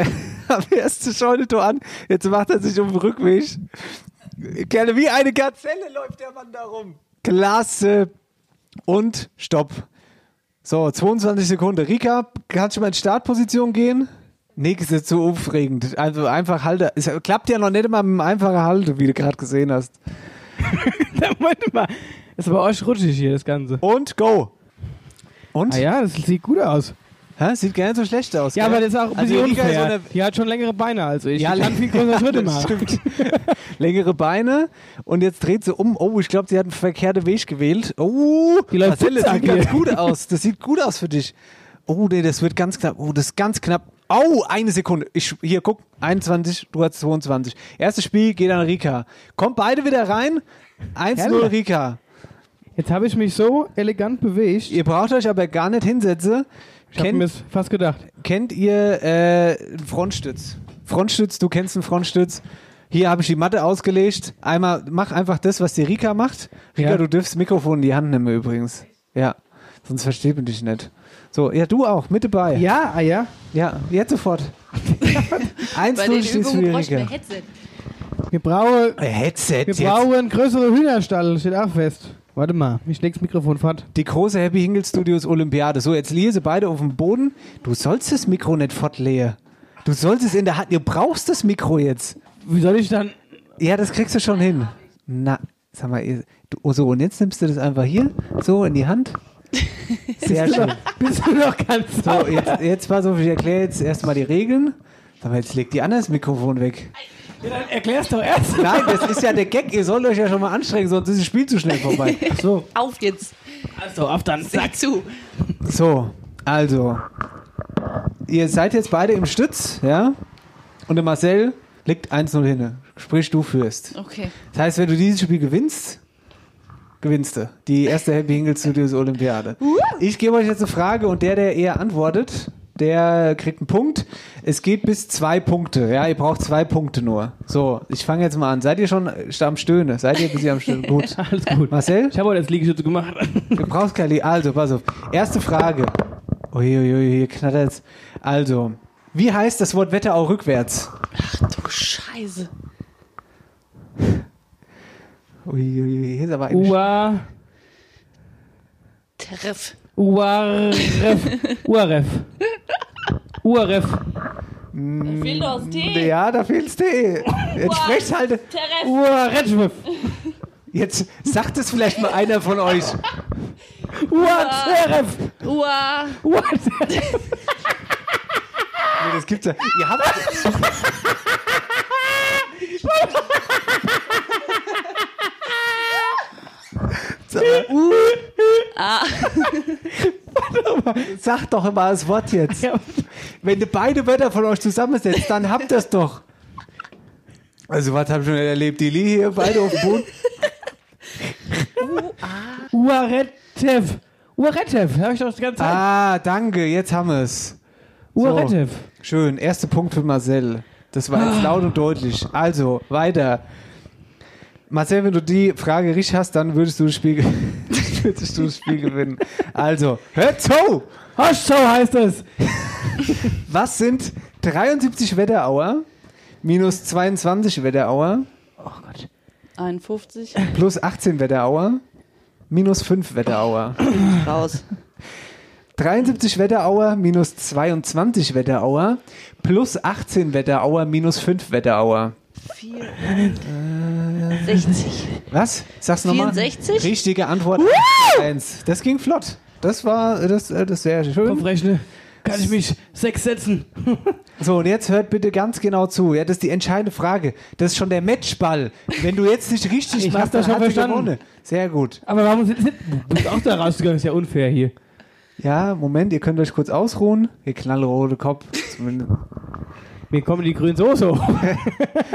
[SPEAKER 3] ersten Scheunetor an. Jetzt macht er sich um den Rückweg. Kerle, wie eine Gazelle läuft der Mann da rum. Klasse. Und stopp. So, 22 Sekunden. Rika, kannst du mal in Startposition gehen? Nix ist jetzt so aufregend. Also einfach halte. Es klappt ja noch nicht immer mit einem einfachen Halte, wie du gerade gesehen hast.
[SPEAKER 10] Da Moment mal. Ist aber euch rutschig hier, das Ganze.
[SPEAKER 3] Und go. Und?
[SPEAKER 10] Ah ja, das sieht gut aus.
[SPEAKER 3] Hä? Sieht gar nicht so schlecht aus.
[SPEAKER 10] Ja,
[SPEAKER 3] gell?
[SPEAKER 10] aber das ist auch ein
[SPEAKER 3] Also
[SPEAKER 10] bisschen
[SPEAKER 3] Erika ist
[SPEAKER 10] unfair.
[SPEAKER 3] so
[SPEAKER 10] Die hat schon längere Beine als ich.
[SPEAKER 3] Ja,
[SPEAKER 10] die kann
[SPEAKER 3] le-
[SPEAKER 10] viel größere Schritte
[SPEAKER 3] Das
[SPEAKER 10] machen.
[SPEAKER 3] Längere Beine und jetzt dreht sie um. Oh, ich glaube, sie hat einen verkehrten Weg gewählt. Oh,
[SPEAKER 10] Die läuft
[SPEAKER 3] Marcel, das
[SPEAKER 10] zickzack
[SPEAKER 3] sieht ganz
[SPEAKER 10] hier.
[SPEAKER 3] gut aus. Das sieht gut aus für dich. Oh, nee, das wird ganz knapp. Oh, das ist ganz knapp. Au, eine Sekunde. Ich, hier, guck, 21, du hast 22. Erstes Spiel geht an Rika. Kommt beide wieder rein. 1-0
[SPEAKER 10] Herrlich.
[SPEAKER 3] Rika.
[SPEAKER 10] Jetzt habe ich mich so elegant bewegt.
[SPEAKER 3] Ihr braucht euch aber gar nicht hinsetzen.
[SPEAKER 10] Ich habe
[SPEAKER 3] Kennt-
[SPEAKER 10] mir fast gedacht.
[SPEAKER 3] Kennt ihr äh, einen Frontstütz? Frontstütz, du kennst einen Frontstütz. Hier habe ich die Matte ausgelegt. Einmal, mach einfach das, was die Rika macht. Rika,
[SPEAKER 10] Ja.
[SPEAKER 3] du dürfst das Mikrofon in die Hand nehmen übrigens. Ja, sonst versteht man dich nicht. So, ja, du auch, mit dabei.
[SPEAKER 10] Ja, ah ja.
[SPEAKER 3] Ja, jetzt sofort. Eins
[SPEAKER 13] Bei den
[SPEAKER 3] durch stehst für
[SPEAKER 13] Übungen
[SPEAKER 3] die
[SPEAKER 13] brauchst du
[SPEAKER 3] Rika.
[SPEAKER 13] ein Headset.
[SPEAKER 10] Wir brauchen,
[SPEAKER 3] Headset
[SPEAKER 10] wir
[SPEAKER 3] jetzt.
[SPEAKER 10] brauchen einen größeren Hühnerstall, steht auch fest. Warte mal, ich leg das Mikrofon fort.
[SPEAKER 3] Die große Happy Hingle Studios Olympiade. So, jetzt liegen sie beide auf dem Boden. Du sollst das Mikro nicht fortlehen. Du sollst es in der Hand. Du brauchst das Mikro jetzt.
[SPEAKER 10] Wie soll ich dann.
[SPEAKER 3] Ja, das kriegst du schon hin. Na, sag mal, ihr- du, oh so, und jetzt nimmst du das einfach hier, so in die Hand. Sehr schön.
[SPEAKER 10] Bist du noch ganz
[SPEAKER 3] So, jetzt, jetzt pass auf, ich erkläre jetzt erstmal die Regeln. Sag mal, jetzt legt die andere das Mikrofon weg.
[SPEAKER 10] Erklär's doch erst.
[SPEAKER 3] Nein, das ist ja der Gag, ihr sollt euch ja schon mal anstrengen, sonst ist das Spiel zu schnell vorbei.
[SPEAKER 10] So,
[SPEAKER 13] Auf jetzt.
[SPEAKER 10] also auf dann.
[SPEAKER 13] Sag zu.
[SPEAKER 3] So, also, ihr seid jetzt beide im Stütz, ja? Und der Marcel liegt 1-0 hinne. Sprich, du führst.
[SPEAKER 13] Okay.
[SPEAKER 3] Das heißt, wenn du dieses Spiel gewinnst, gewinnst du. Die erste Happy Hingle Studios Olympiade. Ich gebe euch jetzt eine Frage und der, der eher antwortet, der kriegt einen Punkt. Es geht bis zwei Punkte. Ja, ihr braucht zwei Punkte nur. So, ich fange jetzt mal an. Seid ihr schon äh, am Stöhne? Seid ihr bis hier am Stöhne? Gut.
[SPEAKER 10] Alles gut.
[SPEAKER 3] Marcel,
[SPEAKER 10] Ich habe heute das Liegestütze gemacht.
[SPEAKER 3] du brauchst keine. Also, pass auf. Erste Frage. Uiuiui, hier knattert's. Also, wie heißt das Wort Wetterau rückwärts?
[SPEAKER 13] Du Scheiße.
[SPEAKER 3] Uiuiui, hier ist aber eine
[SPEAKER 10] Ua.
[SPEAKER 13] Treff.
[SPEAKER 10] Uaref. Uaref. Uaref.
[SPEAKER 13] Fehlt doch das T.
[SPEAKER 3] Mm. Ja, da fehlt's T. Jetzt sprecht's halt.
[SPEAKER 13] Treff.
[SPEAKER 10] Uaretschwif.
[SPEAKER 3] Jetzt sagt es vielleicht mal einer von euch.
[SPEAKER 11] Ah.
[SPEAKER 10] Uateref.
[SPEAKER 13] Uah.
[SPEAKER 10] Oh Uateref.
[SPEAKER 3] Nee, das gibt's ja. Ihr habt. Sag mal, uh,
[SPEAKER 13] Ah.
[SPEAKER 3] Sagt doch mal das Wort jetzt. Wenn ihr beide Wörter von euch zusammensetzt, dann habt das doch. Also, was hab ich schon erlebt? Die Lee hier, beide auf dem Boden.
[SPEAKER 10] Uaretev. Uaretev. Hör ich doch die ganze Zeit.
[SPEAKER 3] Ah, danke, jetzt haben wir's.
[SPEAKER 10] Uaretev.
[SPEAKER 3] Schön, erster Punkt für Marcel. Das war jetzt laut und deutlich. Also, weiter. Marcel, wenn du die Frage richtig hast, dann würdest du das Spiel, ge- würdest du das Spiel gewinnen. Also, hör zu!
[SPEAKER 10] Hoschau heißt es.
[SPEAKER 3] Was sind 73 Wetterauer minus 22 Wetterauer
[SPEAKER 13] 51.
[SPEAKER 3] plus 18 Wetterauer minus 5 Wetterauer?
[SPEAKER 13] Raus.
[SPEAKER 3] 73 Wetterauer minus 22 Wetterauer plus 18 Wetterauer minus 5 Wetterauer.
[SPEAKER 13] 60.
[SPEAKER 3] Was? Sag's nochmal.
[SPEAKER 13] 64?
[SPEAKER 3] Richtige Antwort. Eins. Das ging flott. Das war äh, das, äh, das sehr schön.
[SPEAKER 10] Kopfrechne. Kann ich mich sechs setzen?
[SPEAKER 3] So, und jetzt hört bitte ganz genau zu. Ja, das ist die entscheidende Frage. Das ist schon der Matchball. Wenn du jetzt nicht richtig
[SPEAKER 10] Ich hab's
[SPEAKER 3] machst,
[SPEAKER 10] doch
[SPEAKER 3] dann
[SPEAKER 10] schon
[SPEAKER 3] hast du
[SPEAKER 10] verstanden.
[SPEAKER 3] gewonnen. Sehr gut.
[SPEAKER 10] Aber warum sind, sind, du bist auch da rausgegangen? Ist ja unfair hier.
[SPEAKER 3] Ja, Moment, ihr könnt euch kurz ausruhen. Ihr knallrote Kopf. Zumindest.
[SPEAKER 10] Mir kommen die grünen Soße hoch.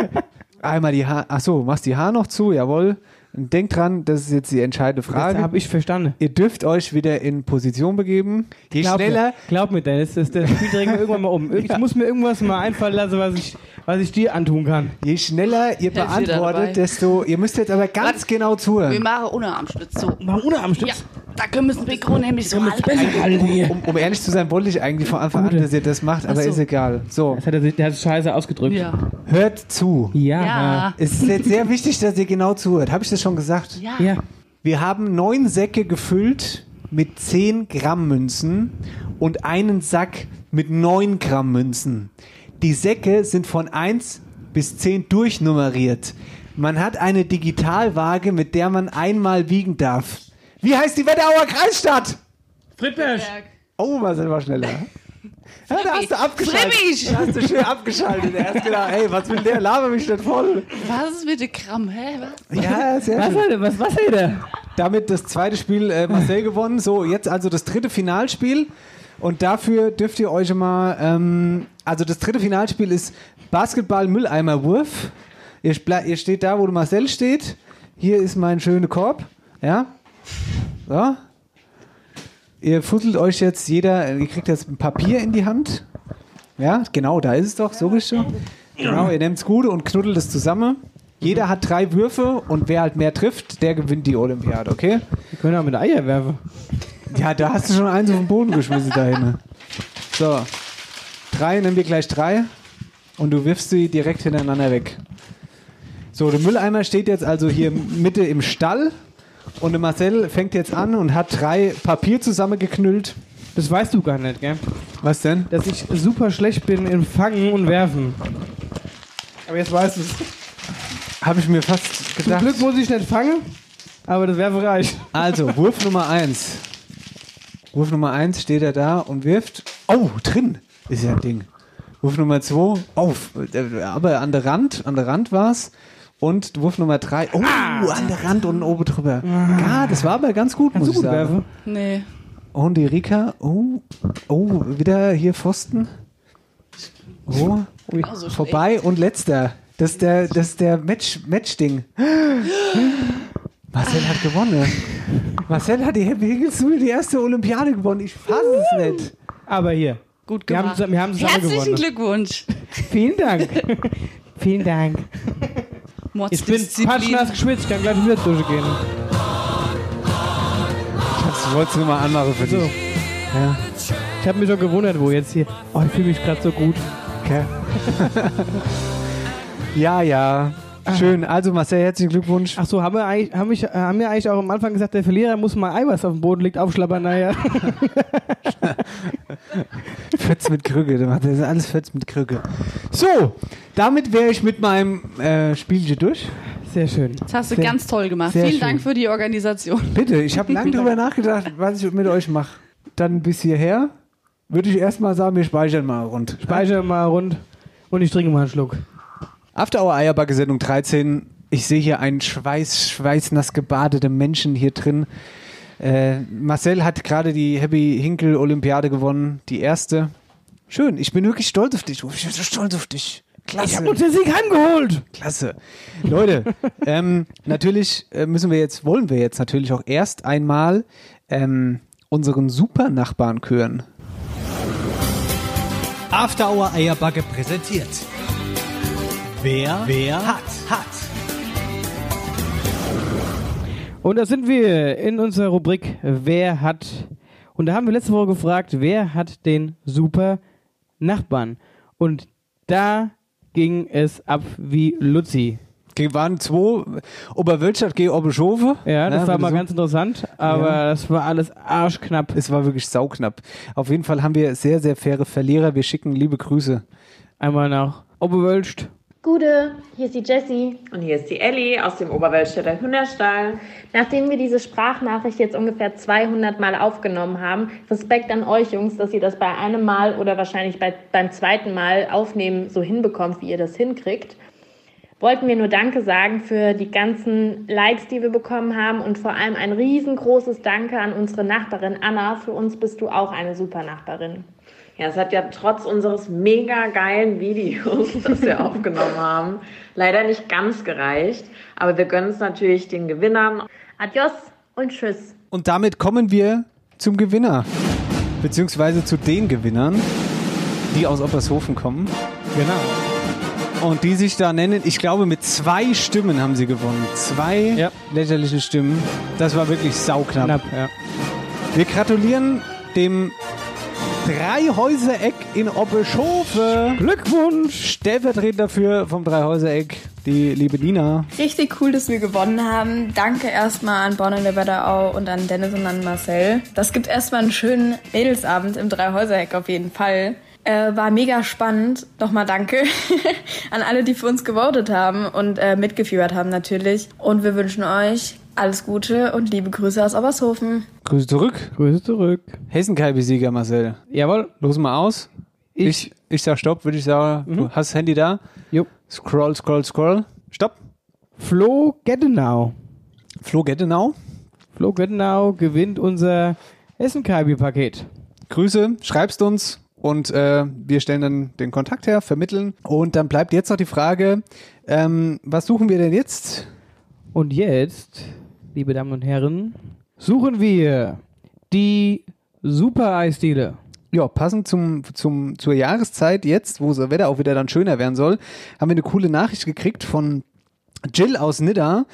[SPEAKER 3] Einmal die Haar. Ach so, machst die Haar noch zu, jawohl. Und denkt dran, das ist jetzt die entscheidende Frage.
[SPEAKER 10] habe ich verstanden.
[SPEAKER 3] Ihr dürft euch wieder in Position begeben. Je
[SPEAKER 10] glaub
[SPEAKER 3] schneller.
[SPEAKER 10] Mir, glaub mir, Dennis, das, das Spiel drehen wir irgendwann mal um. Ich muss mir irgendwas mal einfallen lassen, was ich, was ich dir antun kann.
[SPEAKER 3] Je schneller ihr
[SPEAKER 11] Helft ihr da dabei?
[SPEAKER 3] beantwortet, desto. Ihr müsst jetzt aber ganz genau
[SPEAKER 11] Wir
[SPEAKER 3] zuhören.
[SPEAKER 11] machen ohne Armstütz so.
[SPEAKER 10] Machen ohne Armstütz?
[SPEAKER 11] Ja, da können wir das Mikro nämlich so halten.
[SPEAKER 10] halt
[SPEAKER 3] Um, um ehrlich zu sein, wollte ich eigentlich von Anfang an, dass ihr das macht, aber
[SPEAKER 11] Ach so.
[SPEAKER 3] ist egal. So,
[SPEAKER 10] Das hat er sich, der hat es scheiße ausgedrückt.
[SPEAKER 11] Ja.
[SPEAKER 3] hört zu.
[SPEAKER 10] Ja.
[SPEAKER 11] Ja.
[SPEAKER 3] Es ist jetzt sehr wichtig, dass ihr genau zuhört. Habe ich das schon gesagt?
[SPEAKER 11] Ja.
[SPEAKER 10] Ja.
[SPEAKER 3] Wir haben neun Säcke gefüllt mit 10 Gramm Münzen und einen Sack mit 9 Gramm Münzen. Die Säcke sind von 1 bis 10 durchnummeriert. Man hat eine Digitalwaage, mit der man einmal wiegen darf. Wie heißt die Wetterauer Kreisstadt?
[SPEAKER 10] Friedberg.
[SPEAKER 3] Oh, Marcel war schneller. Ja, da hast du abgeschaltet.
[SPEAKER 11] Fribisch.
[SPEAKER 3] Da hast du schön abgeschaltet. Er hat gedacht, ey, was will der? Laber mich nicht voll.
[SPEAKER 11] Was ist mit dem Kram? Hä? Was?
[SPEAKER 3] Ja, sehr schön.
[SPEAKER 10] Was hat er? Was, was hat er?
[SPEAKER 3] Damit das zweite Spiel äh, Marcel gewonnen. So, jetzt also das dritte Finalspiel. Und dafür dürft ihr euch mal. Ähm, also, das dritte Finalspiel ist Basketball-Mülleimer-Wurf. Ihr, ble- ihr steht da, wo Marcel steht. Hier ist mein schöner Korb. Ja. So. Ihr futtelt euch jetzt jeder. Ihr kriegt jetzt ein Papier in die Hand. Ja, genau, da ist es doch. So richtig. Genau, ihr nehmt es gut und knuddelt es zusammen. Jeder hat drei Würfe und wer halt mehr trifft, der gewinnt die Olympiade, okay?
[SPEAKER 10] Wir können auch mit Eier werfen.
[SPEAKER 3] Ja, da hast du schon eins auf den Boden geschmissen da hinten. So. Drei, nimm dir gleich drei und du wirfst sie direkt hintereinander weg. So, der Mülleimer steht jetzt also hier Mitte im Stall und der Marcel fängt jetzt an und hat drei Papier zusammengeknüllt.
[SPEAKER 10] Das weißt du gar nicht, gell?
[SPEAKER 3] Was denn?
[SPEAKER 10] Dass ich super schlecht bin im Fangen und Werfen. Aber jetzt weißt du es.
[SPEAKER 3] Habe ich mir fast
[SPEAKER 10] Zum
[SPEAKER 3] gedacht.
[SPEAKER 10] Glück muss ich nicht fangen, aber das Werfen reicht.
[SPEAKER 3] Also, Wurf Nummer 1. Wurf Nummer 1 steht er da und wirft. Oh, drin ist ja ein Ding. Wurf Nummer 2, auf. äh, Aber an der Rand, an der Rand war's. Und Wurf Nummer 3, oh, an der Rand und oben drüber. Ja, das war aber ganz gut, muss
[SPEAKER 10] Ah. Kannst du
[SPEAKER 3] ich
[SPEAKER 10] gut
[SPEAKER 3] sagen.
[SPEAKER 10] werfen?
[SPEAKER 11] Nee.
[SPEAKER 3] Und die Rika, oh, oh, wieder hier Pfosten. Oh,
[SPEAKER 11] so
[SPEAKER 3] vorbei und letzter. Das ist der, das ist der Match, Match-Ding. Marcel hat gewonnen. Marcel hat die Happy Higgins School die erste Olympiade gewonnen. Ich fasse es nicht.
[SPEAKER 10] Aber hier.
[SPEAKER 11] Gut
[SPEAKER 10] Wir haben
[SPEAKER 11] gemacht.
[SPEAKER 10] zusammen- wir haben zusammen
[SPEAKER 11] Herzlichen
[SPEAKER 10] gewonnen.
[SPEAKER 11] Glückwunsch.
[SPEAKER 10] Vielen Dank. Vielen Dank. Ich bin patschnass geschwitzt, ich kann gleich wieder durchgehen.
[SPEAKER 3] Ich wollte es nur mal anmachen für
[SPEAKER 10] So.
[SPEAKER 3] dich. Ja,
[SPEAKER 10] Ich habe mich schon gewundert, wo jetzt hier. Oh, ich fühle mich gerade so gut.
[SPEAKER 3] okay. ja, ja. Schön. Also Marcel, herzlichen Glückwunsch.
[SPEAKER 10] Ah. Ach so, haben wir eigentlich, haben, ich, äh, haben wir eigentlich auch am Anfang gesagt, der Verlierer muss mal Ei, was auf dem Boden liegt, aufschlappern. Naja,
[SPEAKER 3] Fetz mit Krücke. der macht- Das ist alles Fetz mit Krücke. So, damit wäre ich mit meinem äh, Spielchen durch.
[SPEAKER 10] sehr schön.
[SPEAKER 11] Das hast du
[SPEAKER 3] Sehr-
[SPEAKER 11] ganz toll gemacht.
[SPEAKER 3] sehr
[SPEAKER 11] Vielen
[SPEAKER 3] schön.
[SPEAKER 11] Dank für die Organisation.
[SPEAKER 3] Bitte, ich habe lange drüber nachgedacht, was ich mit euch mache. Dann bis hierher würde ich erstmal sagen, wir speichern mal rund.
[SPEAKER 10] Speicher mal rund und ich trinke mal einen Schluck.
[SPEAKER 3] After Hour Eierbacke Sendung 13. Ich sehe hier einen schweiß, schweißnass gebadete Menschen hier drin. Äh, Marcel hat gerade die Happy Hinkel Olympiade gewonnen, die erste. Schön, ich bin wirklich stolz auf dich. Ruf, Ich bin so stolz auf dich. Klasse.
[SPEAKER 10] Ich habe uns den Sieg heimgeholt.
[SPEAKER 3] Klasse. Leute, ähm, natürlich äh, müssen wir jetzt, wollen wir jetzt natürlich auch erst einmal ähm, unseren Supernachbarn küren.
[SPEAKER 7] After Hour Eierbacke präsentiert. Wer, wer hat, hat.
[SPEAKER 10] Und da sind wir in unserer Rubrik Wer hat. Und da haben wir letzte Woche gefragt, wer hat den super Nachbarn? Und da ging es ab wie Luzi.
[SPEAKER 3] Ge- Waren zwei Oberwölstadt gegen Oberschofe.
[SPEAKER 10] Ja, das
[SPEAKER 3] Ne,
[SPEAKER 10] war
[SPEAKER 3] wenn
[SPEAKER 10] mal
[SPEAKER 3] du so-
[SPEAKER 10] ganz interessant, aber
[SPEAKER 3] Ja.
[SPEAKER 10] das war alles arschknapp.
[SPEAKER 3] Es war wirklich sauknapp. Auf jeden Fall haben wir sehr, sehr faire Verlierer. Wir schicken liebe Grüße.
[SPEAKER 10] Einmal nach Oberwölst
[SPEAKER 14] Gude, hier ist die Jessie.
[SPEAKER 15] Und hier ist die Ellie aus dem Oberwaldstädter Hühnerstall.
[SPEAKER 14] Nachdem wir diese Sprachnachricht jetzt ungefähr 200 Mal aufgenommen haben, Respekt an euch Jungs, dass ihr das bei einem Mal oder wahrscheinlich bei, beim zweiten Mal aufnehmen so hinbekommt, wie ihr das hinkriegt. Wollten wir nur Danke sagen für die ganzen Likes, die wir bekommen haben und vor allem ein riesengroßes Danke an unsere Nachbarin Anna. Für uns bist du auch eine super Nachbarin.
[SPEAKER 15] Ja, es hat ja trotz unseres mega geilen Videos, das wir aufgenommen haben, leider nicht ganz gereicht. Aber wir gönnen es natürlich den Gewinnern.
[SPEAKER 14] Adios und tschüss.
[SPEAKER 3] Und damit kommen wir zum Gewinner. Beziehungsweise zu den Gewinnern, die aus Oppershofen kommen. Genau. Und die sich da nennen, ich glaube, mit zwei Stimmen haben sie gewonnen. Zwei lächerliche Stimmen. Das war wirklich sauknapp.
[SPEAKER 10] Knapp, ja.
[SPEAKER 3] Wir gratulieren dem Dreihäusereck in Oppelschofe. Glückwunsch! Stellvertretend dafür vom Dreihäusereck, die liebe Nina.
[SPEAKER 16] Richtig cool, dass wir gewonnen haben. Danke erstmal an Bonn in der Wetterau und an Dennis und an Marcel. Das gibt erstmal einen schönen Mädelsabend im Dreihäuserheck auf jeden Fall. Äh, war mega spannend. Nochmal danke an alle, die für uns gewotet haben und äh, mitgefiebert haben natürlich. Und wir wünschen euch alles Gute und liebe Grüße aus Obershofen.
[SPEAKER 3] Grüße zurück. Grüße zurück. Hessenkalbi-Sieger, Marcel. Jawohl. Los mal aus. Ich, ich, sag Stopp, würde ich sagen. Du
[SPEAKER 10] Mhm.
[SPEAKER 3] hast das Handy da. Jupp. Scroll, scroll, scroll. Stopp.
[SPEAKER 10] Flo Gettenau.
[SPEAKER 3] Flo Gettenau?
[SPEAKER 10] Flo Gettenau gewinnt unser Essen-Kalbi-Paket.
[SPEAKER 3] Grüße, schreibst uns und äh, wir stellen dann den Kontakt her, vermitteln. Und dann bleibt jetzt noch die Frage, ähm, was suchen wir denn jetzt?
[SPEAKER 10] Und jetzt, liebe Damen und Herren, suchen wir die Super-Eisdiele.
[SPEAKER 3] Ja, passend zum, zum, zur Jahreszeit jetzt, wo das Wetter auch wieder dann schöner werden soll, haben wir eine coole Nachricht gekriegt von Jill aus Nidda,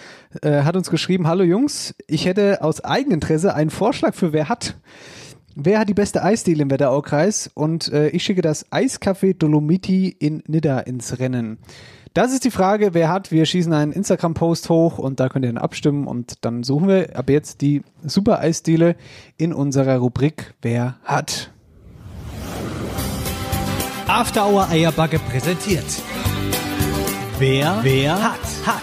[SPEAKER 3] äh, hat uns geschrieben, hallo Jungs, ich hätte aus Eigeninteresse einen Vorschlag für wer hat. Wer hat die beste Eisdiele im Wetteraukreis? Und äh, ich schicke das Eiscafé Dolomiti in Nidda ins Rennen. Das ist die Frage, wer hat. Wir schießen einen Instagram-Post hoch und da könnt ihr dann abstimmen und dann suchen wir ab jetzt die super Eisdiele in unserer Rubrik Wer hat.
[SPEAKER 7] After Hour Eierbacke präsentiert. Wer, wer hat, hat.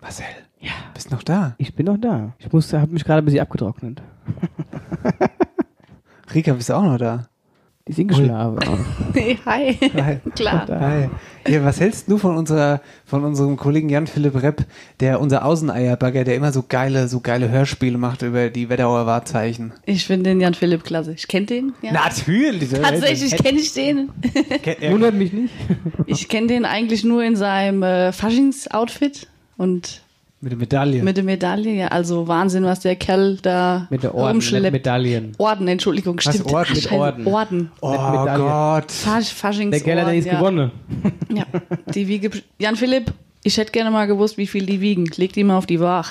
[SPEAKER 3] Marcel, ja. bist noch da?
[SPEAKER 10] Ich bin noch da. Ich musste, habe mich gerade ein bisschen abgetrocknet.
[SPEAKER 3] Rika, bist du auch noch da?
[SPEAKER 10] Die sind geschlafen.
[SPEAKER 11] Nee, hi.
[SPEAKER 3] Hi.
[SPEAKER 11] Klar.
[SPEAKER 3] Hi. Ja, was hältst du von unserer, von unserem Kollegen Jan Philipp Repp, der unser Außeneierbagger, der immer so geile, so geile Hörspiele macht über die Wetterauer Wahrzeichen?
[SPEAKER 11] Ich finde den Jan Philipp klasse. Ich kenne den. Ja.
[SPEAKER 3] Natürlich.
[SPEAKER 11] Tatsächlich kenne ich den.
[SPEAKER 3] Wundert mich nicht.
[SPEAKER 11] Ich kenne den eigentlich nur in seinem äh, Faschings-Outfit und
[SPEAKER 3] Mit der Medaille.
[SPEAKER 11] mit der Medaille. Ja, also Wahnsinn, was der Kerl da
[SPEAKER 10] Mit der Orden, mit
[SPEAKER 11] rumschleppt.
[SPEAKER 10] Medaillen.
[SPEAKER 11] Orden, Entschuldigung,
[SPEAKER 10] Was,
[SPEAKER 11] stimmt.
[SPEAKER 10] Orden?
[SPEAKER 11] Ach,
[SPEAKER 10] Mit
[SPEAKER 11] scheiße,
[SPEAKER 10] Orden.
[SPEAKER 11] Orden.
[SPEAKER 3] Oh
[SPEAKER 10] Medaille.
[SPEAKER 3] Gott.
[SPEAKER 11] Fasch, Faschings
[SPEAKER 10] Der Keller, der
[SPEAKER 11] Orden,
[SPEAKER 10] ist
[SPEAKER 11] ja.
[SPEAKER 10] gewonnen.
[SPEAKER 11] Ja, die Wiege. Jan Philipp, ich hätte gerne mal gewusst, wie viel die wiegen. Leg die mal auf die Waage.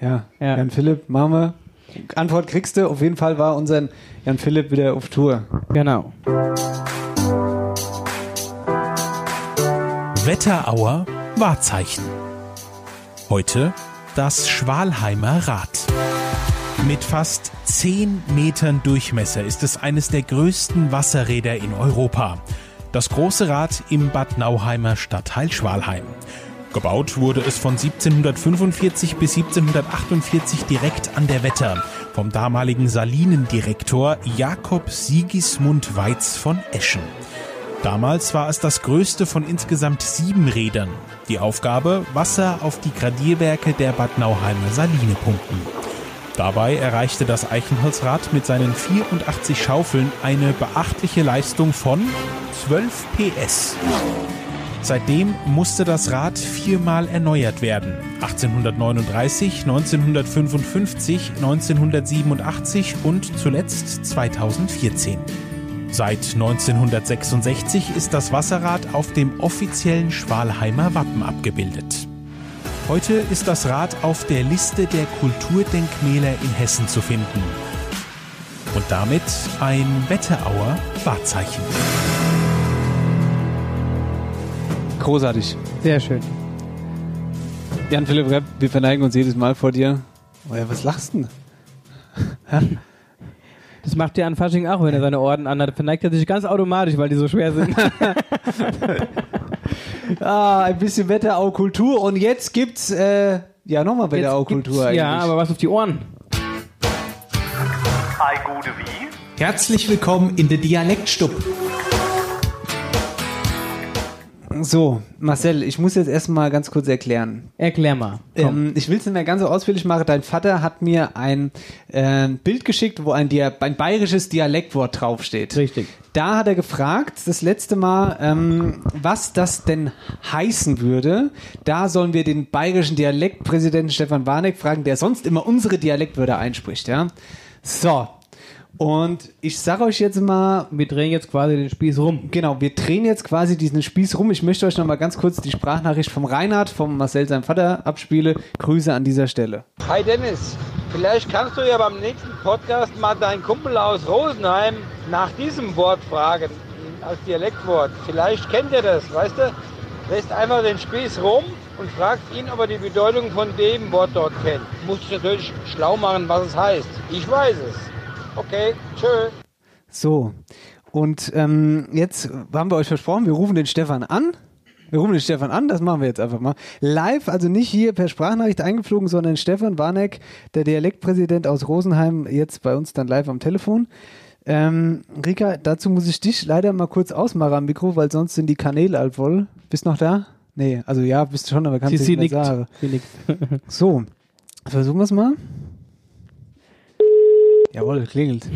[SPEAKER 3] Ja, Jan Philipp, machen wir. Antwort kriegst du. Auf jeden Fall war unser Jan Philipp wieder auf Tour.
[SPEAKER 10] Genau.
[SPEAKER 7] Wetterauer Wahrzeichen. Heute das Schwalheimer Rad. Mit fast 10 Metern Durchmesser ist es eines der größten Wasserräder in Europa. Das große Rad im Bad Nauheimer Stadtteil Schwalheim. Gebaut wurde es von 1745 bis 1748 direkt an der Wetter vom damaligen Salinendirektor Jakob Sigismund Weiz von Eschen. Damals war es das größte von insgesamt sieben Rädern. Die Aufgabe, Wasser auf die Gradierwerke der Bad Nauheimer Saline pumpen. Dabei erreichte das Eichenholzrad mit seinen 84 Schaufeln eine beachtliche Leistung von 12 PS. Seitdem musste das Rad viermal erneuert werden. 1839, 1955, 1987 und zuletzt 2014. Seit 1966 ist das Wasserrad auf dem offiziellen Schwalheimer Wappen abgebildet. Heute ist das Rad auf der Liste der Kulturdenkmäler in Hessen zu finden. Und damit ein Wetterauer Wahrzeichen.
[SPEAKER 3] Großartig.
[SPEAKER 10] Sehr schön.
[SPEAKER 3] Jan Philipp Repp, wir verneigen uns jedes Mal vor dir. Oh ja, was lachst du denn?
[SPEAKER 10] Das macht der an Fasching auch, wenn er seine Orden anhat. Verneigt er sich ganz automatisch, weil die so schwer sind.
[SPEAKER 3] Ah, ein bisschen Wetterau Kultur und jetzt gibt's äh, ja nochmal Wetterau Kultur eigentlich.
[SPEAKER 10] ja, aber was auf die Ohren?
[SPEAKER 12] Ei gute wie?
[SPEAKER 7] Herzlich willkommen in der Dialektstub.
[SPEAKER 3] So, Marcel, ich muss jetzt erstmal ganz kurz erklären.
[SPEAKER 10] Erklär mal.
[SPEAKER 3] Ähm, ich will es nicht mehr ganz so ausführlich machen. Dein Vater hat mir ein äh, Bild geschickt, wo ein, Dia ein bayerisches Dialektwort draufsteht. Richtig. Da hat er gefragt, das letzte Mal, ähm, was das denn heißen würde. Da sollen wir den bayerischen Dialektpräsidenten Stefan Warneck fragen, der sonst immer unsere Dialektwörter einspricht. Ja? So, und ich sage euch jetzt mal.
[SPEAKER 10] Wir drehen jetzt quasi den Spieß rum.
[SPEAKER 3] Genau, wir drehen jetzt quasi diesen Spieß rum. Ich möchte euch nochmal ganz kurz die Sprachnachricht vom Reinhard, vom Marcel, seinem Vater, abspiele. Grüße an dieser Stelle.
[SPEAKER 17] Hi Dennis, vielleicht kannst du ja beim nächsten Podcast mal deinen Kumpel aus Rosenheim nach diesem Wort fragen, als Dialektwort. Vielleicht kennt er das, weißt du? Lässt einfach den Spieß rum und fragt ihn, ob er die Bedeutung von dem Wort dort kennt. Musst du natürlich schlau machen, was es heißt. Ich weiß es. Okay, tschö.
[SPEAKER 3] So, und ähm, jetzt haben wir euch versprochen, wir rufen den Stefan an. Wir rufen den Stefan an, das machen wir jetzt einfach mal. Live, also nicht hier per Sprachnachricht eingeflogen, sondern Stefan Warneck, der Dialektpräsident aus Rosenheim, jetzt bei uns dann live am Telefon. Ähm, Rika, dazu muss ich dich leider mal kurz ausmachen am Mikro, weil sonst sind die Kanäle halt voll. Bist noch da? Nee, also ja, bist schon, aber kannst
[SPEAKER 10] Sie-
[SPEAKER 3] du
[SPEAKER 10] sie
[SPEAKER 3] nicht mehr
[SPEAKER 10] nickt.
[SPEAKER 3] sagen. So, versuchen wir es mal. Jawohl, klingelt.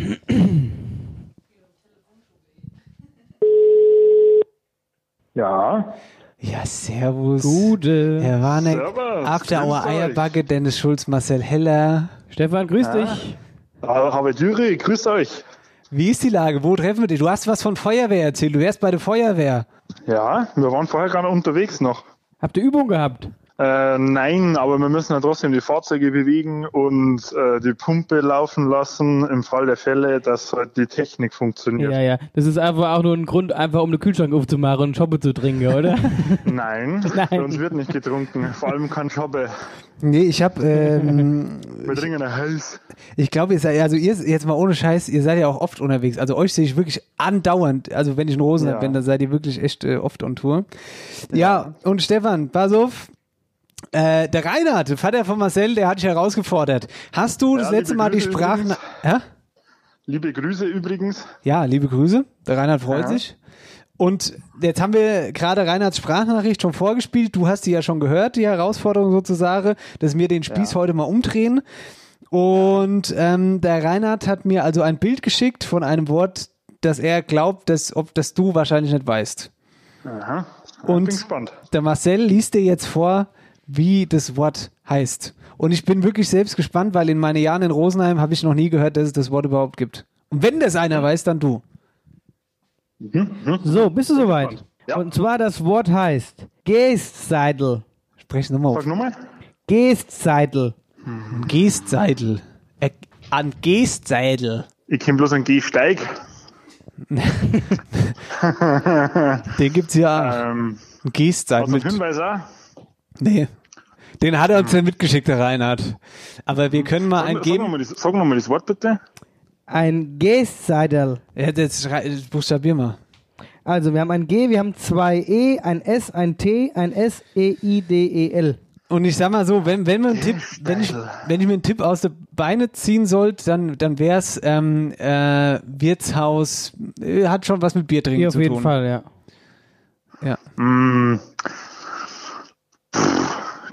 [SPEAKER 18] Ja.
[SPEAKER 3] Ja, servus. Gute. Herr Warneck,
[SPEAKER 18] Servus,
[SPEAKER 3] After
[SPEAKER 18] grüß
[SPEAKER 3] Hour
[SPEAKER 18] euch.
[SPEAKER 3] Eierbacke, Dennis Schulz, Marcel Heller.
[SPEAKER 10] Stefan,
[SPEAKER 18] Ah.
[SPEAKER 10] grüß
[SPEAKER 18] dich. Habe Jury, grüß euch.
[SPEAKER 3] Wie ist die Lage? Wo treffen wir dich? Du hast was von Feuerwehr erzählt. Du wärst bei der Feuerwehr.
[SPEAKER 18] Ja, wir waren vorher gerade unterwegs noch.
[SPEAKER 10] Habt ihr Übung gehabt?
[SPEAKER 18] Äh, nein, aber wir müssen ja trotzdem die Fahrzeuge bewegen und äh, die Pumpe laufen lassen, im Fall der Fälle, dass halt die Technik funktioniert.
[SPEAKER 10] Ja, ja. Das ist einfach auch nur ein Grund, einfach um den Kühlschrank aufzumachen und Schoppe zu trinken, oder?
[SPEAKER 18] Nein, bei uns wird nicht getrunken, vor allem kein Schobbe.
[SPEAKER 3] Nee, ich hab, ähm,
[SPEAKER 18] Wir trinken ein Hals.
[SPEAKER 3] ich glaube, ihr seid, also ihr, jetzt mal ohne Scheiß, ihr seid ja auch oft unterwegs. Also euch sehe ich wirklich andauernd. Also wenn ich einen Rosen
[SPEAKER 18] Ja.
[SPEAKER 3] hab, wenn, dann seid ihr wirklich echt äh, oft on Tour. Ja, und Stefan, pass auf. Äh, der Reinhard, der Vater von Marcel, der hat dich herausgefordert. Hast du
[SPEAKER 18] Ja,
[SPEAKER 3] das letzte
[SPEAKER 18] liebe
[SPEAKER 3] Mal die
[SPEAKER 18] Grüße
[SPEAKER 3] Sprachen...
[SPEAKER 18] übrigens.
[SPEAKER 3] Ja?
[SPEAKER 18] Liebe Grüße übrigens.
[SPEAKER 3] Ja, liebe Grüße. Der Reinhard freut
[SPEAKER 18] Ja.
[SPEAKER 3] sich. Und jetzt haben wir gerade Reinhards Sprachnachricht schon vorgespielt. Du hast die ja schon gehört, die Herausforderung sozusagen, dass wir den Spieß heute mal umdrehen. Und ähm, der Reinhard hat mir also ein Bild geschickt von einem Wort, das er glaubt, dass, ob das du wahrscheinlich nicht weißt.
[SPEAKER 18] Aha.
[SPEAKER 3] Und
[SPEAKER 18] bin gespannt.
[SPEAKER 3] der Marcel liest dir jetzt vor, wie das Wort heißt. Und ich bin wirklich selbst gespannt, weil in meinen Jahren in Rosenheim habe ich noch nie gehört, dass es das Wort überhaupt gibt. Und wenn das einer weiß, dann du.
[SPEAKER 18] Mhm,
[SPEAKER 10] So, bist du soweit? Und zwar das Wort heißt Geestseidel.
[SPEAKER 3] Sprech nochmal
[SPEAKER 18] auf. nochmal.
[SPEAKER 10] Geestseidel.
[SPEAKER 3] Geestseidel. Äh, an Geestseidel.
[SPEAKER 18] Ich kenne bloß einen Gehsteig.
[SPEAKER 3] Den gibt's ja.
[SPEAKER 18] Ähm,
[SPEAKER 3] Ein Geestseidel.
[SPEAKER 18] Hast du einen
[SPEAKER 3] Mit,
[SPEAKER 18] Hinweis auch?
[SPEAKER 3] nee. Den hat er uns dann mitgeschickt, der Reinhard. Aber wir können mal einen
[SPEAKER 18] Hm. Sag
[SPEAKER 3] geben.
[SPEAKER 18] nochmal das, sag noch mal das Wort bitte.
[SPEAKER 10] Ein Geestseidel.
[SPEAKER 3] Ja, jetzt buchstabier mal.
[SPEAKER 10] Also, wir haben ein G, wir haben zwei E, ein S, ein T, ein S, E, I, D, E, L.
[SPEAKER 3] Und ich sag mal so, wenn, wenn, wir einen Tipp, wenn, ich, wenn ich mir einen Tipp aus der Beine ziehen sollte, dann, dann wäre es ähm, äh, Wirtshaus, äh, hat schon was mit Bier trinken
[SPEAKER 10] Hier auf
[SPEAKER 3] zu tun.
[SPEAKER 10] jeden Fall, ja.
[SPEAKER 3] Ja.
[SPEAKER 18] Mm.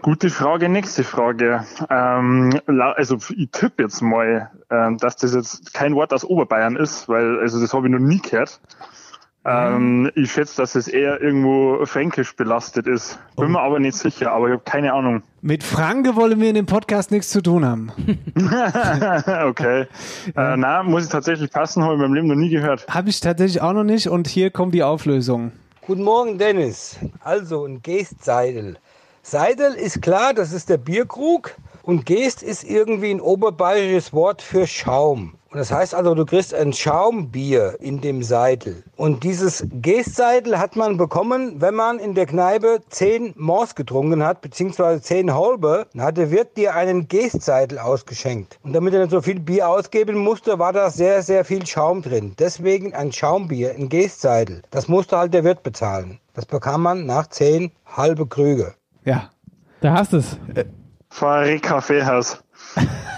[SPEAKER 18] Gute Frage, nächste Frage. Ähm, la- also ich tippe jetzt mal, ähm, dass das jetzt kein Wort aus Oberbayern ist, weil also das habe ich noch nie gehört.
[SPEAKER 3] Mhm.
[SPEAKER 18] Ähm, ich schätze, dass es eher irgendwo fränkisch belastet ist.
[SPEAKER 3] Oh.
[SPEAKER 18] Bin mir aber nicht sicher, aber ich habe keine Ahnung.
[SPEAKER 3] Mit Franke wollen wir in dem Podcast nichts zu tun haben.
[SPEAKER 18] okay. Äh, na, muss ich tatsächlich passen, habe ich in meinem Leben noch nie gehört.
[SPEAKER 3] Habe ich tatsächlich auch noch nicht und hier kommt die Auflösung.
[SPEAKER 19] Guten Morgen, Dennis. Also, ein Geestseidel. Seidel ist klar, das ist der Bierkrug. Und Geest ist irgendwie ein oberbayerisches Wort für Schaum. Und das heißt also, du kriegst ein Schaumbier in dem Seidel. Und dieses Geestseidel hat man bekommen, wenn man in der Kneipe 10 Mors getrunken hat, beziehungsweise 10 Holbe. Dann hat der Wirt dir einen Geestseidel ausgeschenkt. Und damit er nicht so viel Bier ausgeben musste, war da sehr, sehr viel Schaum drin. Deswegen ein Schaumbier, ein Geestseidel. Das musste halt der Wirt bezahlen. Das bekam man nach 10 halbe Krüge.
[SPEAKER 3] Ja.
[SPEAKER 4] Da hast du es.
[SPEAKER 18] Äh, Fahre Kaffeehaus.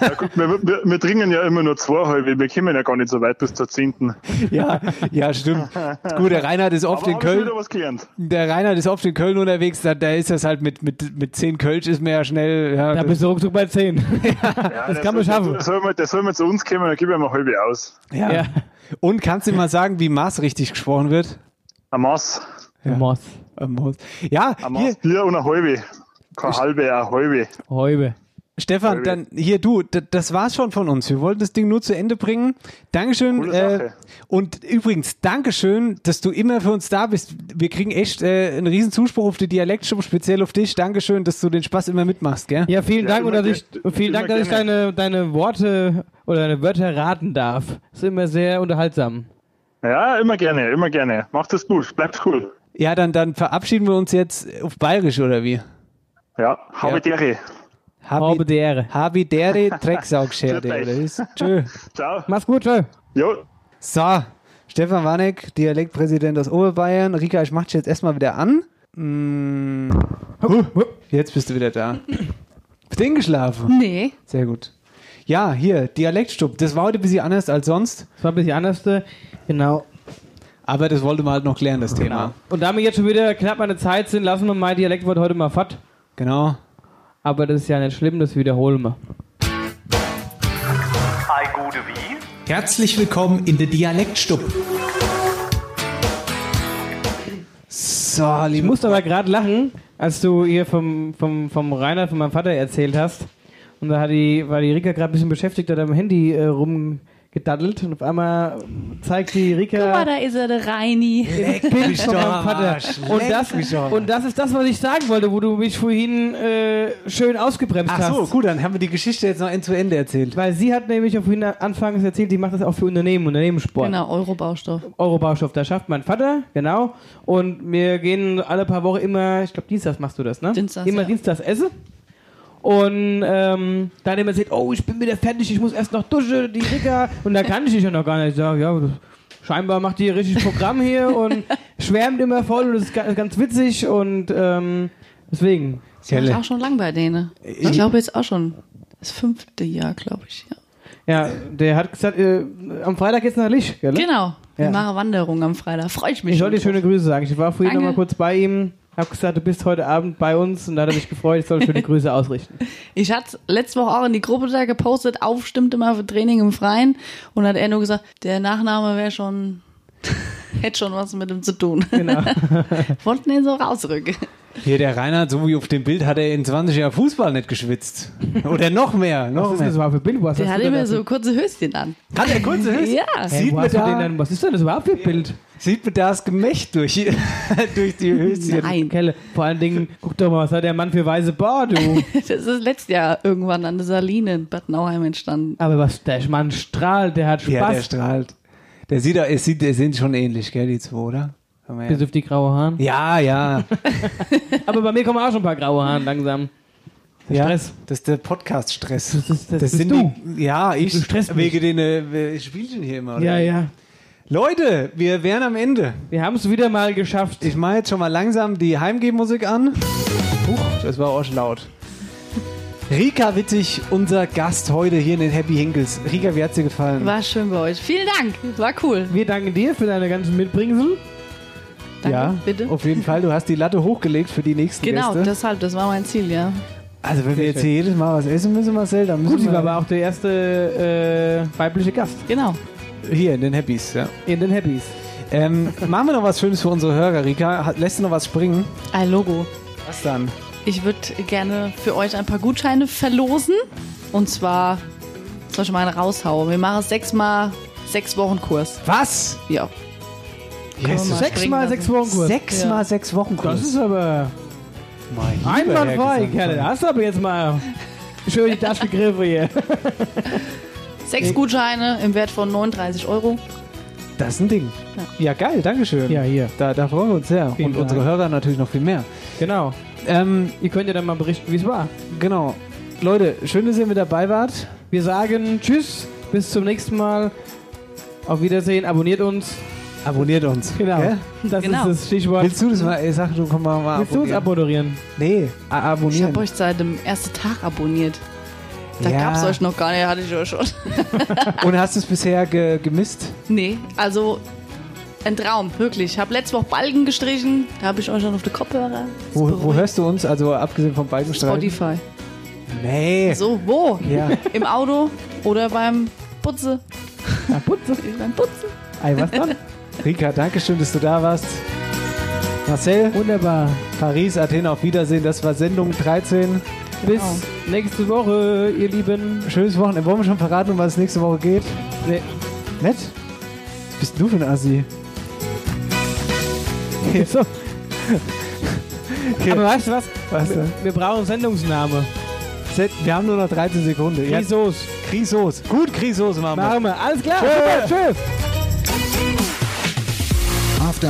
[SPEAKER 18] Ja, gut, wir, wir, wir trinken ja immer nur zwei halbe, wir kommen ja gar nicht so weit bis zur zehnten.
[SPEAKER 3] Ja, ja, stimmt. Gut, der Reinhard ist oft
[SPEAKER 18] Aber
[SPEAKER 3] in
[SPEAKER 18] hab ich
[SPEAKER 3] Köln.
[SPEAKER 18] wieder was gelernt.
[SPEAKER 3] Der Reinhard ist oft in Köln unterwegs, da, da ist das halt mit, mit, mit 10 Kölsch ist mir ja schnell. Ja, da
[SPEAKER 4] bist du ruckzuck bei 10.
[SPEAKER 18] Ja,
[SPEAKER 3] das
[SPEAKER 18] der
[SPEAKER 3] kann man
[SPEAKER 18] soll-
[SPEAKER 3] schaffen.
[SPEAKER 18] Der soll, mal, der soll mal zu uns kommen, dann gib ihm mal halbe aus.
[SPEAKER 3] Ja. Und kannst du mir mal sagen, wie Maß richtig gesprochen wird?
[SPEAKER 18] Amos.
[SPEAKER 3] Ja. Amos. Ja,
[SPEAKER 18] Amos, Bier und eine halbe. Keine halbe, eine halbe.
[SPEAKER 4] Häube.
[SPEAKER 3] Stefan,
[SPEAKER 18] Halbe.
[SPEAKER 3] dann hier du, d- das war's schon von uns. Wir wollten das Ding nur zu Ende bringen. Dankeschön. Äh,
[SPEAKER 18] Sache.
[SPEAKER 3] und übrigens, Dankeschön, dass du immer für uns da bist. Wir kriegen echt äh, einen riesen Zuspruch auf die Dialektstube, speziell auf dich. Dankeschön, dass du den Spaß immer mitmachst, gell?
[SPEAKER 4] Ja, vielen Dank, und dass ich, vielen
[SPEAKER 3] immer
[SPEAKER 4] Dank, dass ich
[SPEAKER 3] gerne.
[SPEAKER 4] deine, deine Worte oder deine Wörter raten darf. Ist immer sehr unterhaltsam.
[SPEAKER 18] Ja, immer gerne, immer gerne. Macht es gut, bleibt cool.
[SPEAKER 3] Ja, dann, dann verabschieden wir uns jetzt auf Bayerisch, oder wie?
[SPEAKER 18] Ja, habe
[SPEAKER 3] Ja.
[SPEAKER 18] Dere.
[SPEAKER 3] Habidere. Habidere, Drecksaugscherde,
[SPEAKER 18] Tschüss.
[SPEAKER 3] oder ist? Tschö.
[SPEAKER 18] Ciao.
[SPEAKER 4] Mach's gut, tschö.
[SPEAKER 18] Jo.
[SPEAKER 3] So, Stefan Warneck, Dialektpräsident aus Oberbayern. Rika, ich mach dich jetzt erstmal wieder an. Mm. Huh, huh. Jetzt bist du wieder da. Bist du hingeschlafen?
[SPEAKER 11] Nee.
[SPEAKER 3] Sehr gut. Ja, hier, Dialektstub. Das war heute ein bisschen anders als sonst.
[SPEAKER 4] Das war ein bisschen anders, genau.
[SPEAKER 3] Aber das wollte man halt noch klären, das Thema.
[SPEAKER 4] Und da wir jetzt schon wieder knapp an der Zeit sind, lassen wir mein Dialektwort heute mal fort.
[SPEAKER 3] Genau.
[SPEAKER 4] Aber das ist ja nicht schlimm, das wiederholen wir.
[SPEAKER 5] Ei gute wie?
[SPEAKER 20] Herzlich willkommen in der Dialektstub.
[SPEAKER 3] So,
[SPEAKER 4] Ich musste aber gerade lachen, als du hier vom, vom, vom Reinhard, von meinem Vater erzählt hast. Und da hat die, war die Rika gerade ein bisschen beschäftigt, hat am Handy äh, rumgedaddelt. Und auf einmal zeigt die Rika.
[SPEAKER 11] Guck mal, Ah, da ist er, der Reini.
[SPEAKER 4] Bild von meinem Vater. Und das, und das ist das, was ich sagen wollte, wo du mich vorhin äh, schön ausgebremst
[SPEAKER 3] Ach
[SPEAKER 4] hast.
[SPEAKER 3] so, gut, dann haben wir die Geschichte jetzt noch end zu Ende erzählt.
[SPEAKER 4] Weil sie hat nämlich auch vorhin anfangs erzählt, die macht das auch für Unternehmen, Unternehmenssport.
[SPEAKER 11] Genau, Eurobaustoff.
[SPEAKER 4] Eurobaustoff, da schafft mein Vater, genau. Und wir gehen alle paar Wochen immer, ich glaube Dienstags machst du das, ne? Dienstags. Immer Dienstags essen. Und ähm, dann immer sieht, oh, ich bin wieder fertig, ich muss erst noch duschen, die Rika. Und da kann ich dich ja noch gar nicht. Ich sag, ja, das, scheinbar macht die richtig Programm hier und schwärmt immer voll und das ist ga- ganz witzig und ähm, deswegen.
[SPEAKER 11] Das mache ich auch schon lang bei denen. Ich glaube jetzt auch schon das fünfte Jahr, glaube ich. Ja.
[SPEAKER 4] Ja, der hat gesagt, äh, am Freitag geht's nach Licht, gell?
[SPEAKER 11] Genau. Wir
[SPEAKER 4] Ja.
[SPEAKER 11] machen Wanderung am Freitag. Freue ich mich.
[SPEAKER 4] Ich wollte dir
[SPEAKER 11] schon
[SPEAKER 4] schöne Grüße sagen. Ich war vorhin
[SPEAKER 11] Danke.
[SPEAKER 4] nochmal kurz bei ihm, hab gesagt, du bist heute Abend bei uns und da hat er mich gefreut, ich soll schöne Grüße ausrichten.
[SPEAKER 11] Ich hatte letzte Woche auch in die Gruppe da gepostet, aufstimmte mal für Training im Freien und hat er nur gesagt, der Nachname wäre schon, hätte schon was mit ihm zu tun. Genau. Wollten ihn so rausrücken.
[SPEAKER 3] Hier, der Reinhard, so wie auf dem Bild, hat er in 20 Jahren Fußball nicht geschwitzt. Oder noch mehr. Noch
[SPEAKER 4] ist
[SPEAKER 3] mehr.
[SPEAKER 4] das überhaupt für Bild? Was
[SPEAKER 11] Der hat immer so kurze Höschen an.
[SPEAKER 3] Hat er kurze Höschen?
[SPEAKER 11] Ja.
[SPEAKER 3] Sieht man da-
[SPEAKER 4] was ist denn das überhaupt für ein Bild?
[SPEAKER 3] Sieht man da das Gemächt durch, durch die Höschen?
[SPEAKER 11] Nein.
[SPEAKER 4] Kelle. Vor allen Dingen, guck doch mal, was hat der Mann für weiße Bar, du.
[SPEAKER 11] Das ist letztes Jahr irgendwann an der Saline in Bad Nauheim entstanden.
[SPEAKER 4] Aber was, der Mann strahlt, der hat Spaß.
[SPEAKER 3] Ja, der strahlt. Der sieht, auch- es sieht, die sind schon ähnlich, gell, die zwei, oder? Kann man ja-
[SPEAKER 4] Bis auf die graue Haaren.
[SPEAKER 3] Ja, ja.
[SPEAKER 4] Aber bei mir kommen auch schon ein paar graue Haaren langsam.
[SPEAKER 3] ja. Stress. Das ist der Podcast-Stress. Das,
[SPEAKER 4] bist
[SPEAKER 3] sind
[SPEAKER 4] du.
[SPEAKER 3] Die, ja, ich
[SPEAKER 4] Du stresst mich.
[SPEAKER 3] wegen den äh, Spielchen hier immer. Oder?
[SPEAKER 4] Ja, ja.
[SPEAKER 3] Leute, wir wären am Ende.
[SPEAKER 4] Wir haben es wieder mal geschafft.
[SPEAKER 3] Ich mache jetzt schon mal langsam die Heimgehmusik an. Huch, das war auch schon laut. Rika Wittig, unser Gast heute hier in den Happy Hinkels. Rika, wie hat's dir gefallen?
[SPEAKER 11] War schön bei euch. Vielen Dank. War cool.
[SPEAKER 4] Wir danken dir für deine ganzen Mitbringsel.
[SPEAKER 11] Danke.
[SPEAKER 3] ja,
[SPEAKER 11] bitte.
[SPEAKER 3] auf jeden Fall. Du hast die Latte hochgelegt für die nächsten
[SPEAKER 11] Genau,
[SPEAKER 3] Gäste.
[SPEAKER 11] deshalb, das war mein Ziel, ja.
[SPEAKER 3] Also wenn
[SPEAKER 4] Sehr
[SPEAKER 3] wir jetzt
[SPEAKER 4] schön.
[SPEAKER 3] hier jedes Mal was essen müssen, Marcel, dann müssen
[SPEAKER 4] Gut, sie
[SPEAKER 3] wir
[SPEAKER 4] war aber auch der erste äh, weibliche Gast
[SPEAKER 11] Genau.
[SPEAKER 3] hier in den Happys. Ja.
[SPEAKER 4] in den Happys.
[SPEAKER 3] Ähm, machen wir noch was Schönes für unsere Hörer, Rika. Hat- Lässt du noch was springen?
[SPEAKER 11] Ein Ah, Logo.
[SPEAKER 3] Was dann?
[SPEAKER 11] Ich würde gerne für euch ein paar Gutscheine verlosen. Und zwar, soll ich mal einen raushauen? Wir machen sechsmal sechs Wochen Kurs.
[SPEAKER 3] Was?
[SPEAKER 11] Ja.
[SPEAKER 3] Yes.
[SPEAKER 11] mal
[SPEAKER 4] Sechs
[SPEAKER 11] springen
[SPEAKER 4] mal
[SPEAKER 11] lassen.
[SPEAKER 4] sechs Wochen Kurs.
[SPEAKER 3] Sechs
[SPEAKER 11] Ja.
[SPEAKER 3] mal sechs Wochen Kurs.
[SPEAKER 4] Das ist aber
[SPEAKER 3] mein lieber Herr
[SPEAKER 4] einwandfrei,
[SPEAKER 3] Gesandter.
[SPEAKER 4] Kerle. Da hast du aber jetzt mal schön die Tasche gegriffen hier.
[SPEAKER 11] Sechs Gutscheine im Wert von 39 Euro.
[SPEAKER 3] Das ist ein Ding. Ja, geil, Dankeschön.
[SPEAKER 4] Ja, hier.
[SPEAKER 3] Da, da freuen wir uns sehr.
[SPEAKER 4] Vielen
[SPEAKER 3] Und
[SPEAKER 4] Dank.
[SPEAKER 3] unsere Hörer natürlich noch viel mehr.
[SPEAKER 4] Genau.
[SPEAKER 3] Ähm,
[SPEAKER 4] Ihr könnt ja dann mal berichten, wie es war.
[SPEAKER 3] Genau. Leute, schön, dass ihr mit dabei wart.
[SPEAKER 4] Wir sagen Tschüss, bis zum nächsten Mal. Auf Wiedersehen, abonniert uns.
[SPEAKER 3] Abonniert uns.
[SPEAKER 4] Genau.
[SPEAKER 3] Gell?
[SPEAKER 4] Das
[SPEAKER 11] Genau.
[SPEAKER 4] ist das Stichwort.
[SPEAKER 3] Willst du das mal, ey, sag du, komm mal, mal
[SPEAKER 4] Willst du uns abmoderieren?
[SPEAKER 3] Nee, a-
[SPEAKER 11] Ich
[SPEAKER 3] abonnieren.
[SPEAKER 11] habe euch seit dem ersten Tag abonniert. Da
[SPEAKER 3] Ja.
[SPEAKER 11] gab's euch noch gar nicht, hatte ich euch schon.
[SPEAKER 3] Und hast es bisher ge gemisst?
[SPEAKER 11] Nee, also ein Traum, wirklich. Ich habe letzte Woche Balken gestrichen, da habe ich euch schon auf die Kopfhörer.
[SPEAKER 3] Wo, wo hörst du uns? Also abgesehen vom Balkenstreifen?
[SPEAKER 11] Spotify.
[SPEAKER 3] Nee.
[SPEAKER 11] So, wo?
[SPEAKER 3] Ja.
[SPEAKER 11] Im Auto oder beim Putze.
[SPEAKER 4] Putze?
[SPEAKER 11] beim Putze.
[SPEAKER 3] Ei, was dann? Rika, danke schön, dass du da warst. Marcel.
[SPEAKER 4] Wunderbar.
[SPEAKER 3] Paris, Athen, auf Wiedersehen. Das war Sendung 13.
[SPEAKER 4] Bis nächste Woche, ihr Lieben.
[SPEAKER 3] Schönes Wochenende. Wollen wir schon verraten, um was es nächste Woche geht?
[SPEAKER 4] Nee.
[SPEAKER 3] Nett? Was Bist du für ein Assi?
[SPEAKER 4] so. Aber weißt du was?
[SPEAKER 3] Was
[SPEAKER 4] wir,
[SPEAKER 3] denn?
[SPEAKER 4] wir brauchen Sendungsname.
[SPEAKER 3] Se- Wir haben nur noch 13 Sekunden. Ja.
[SPEAKER 4] Krisos.
[SPEAKER 3] Krisos. Gut, Krisos machen wir.
[SPEAKER 4] Machen wir. Alles klar.
[SPEAKER 3] Tschö.
[SPEAKER 4] Super, tschö.
[SPEAKER 21] After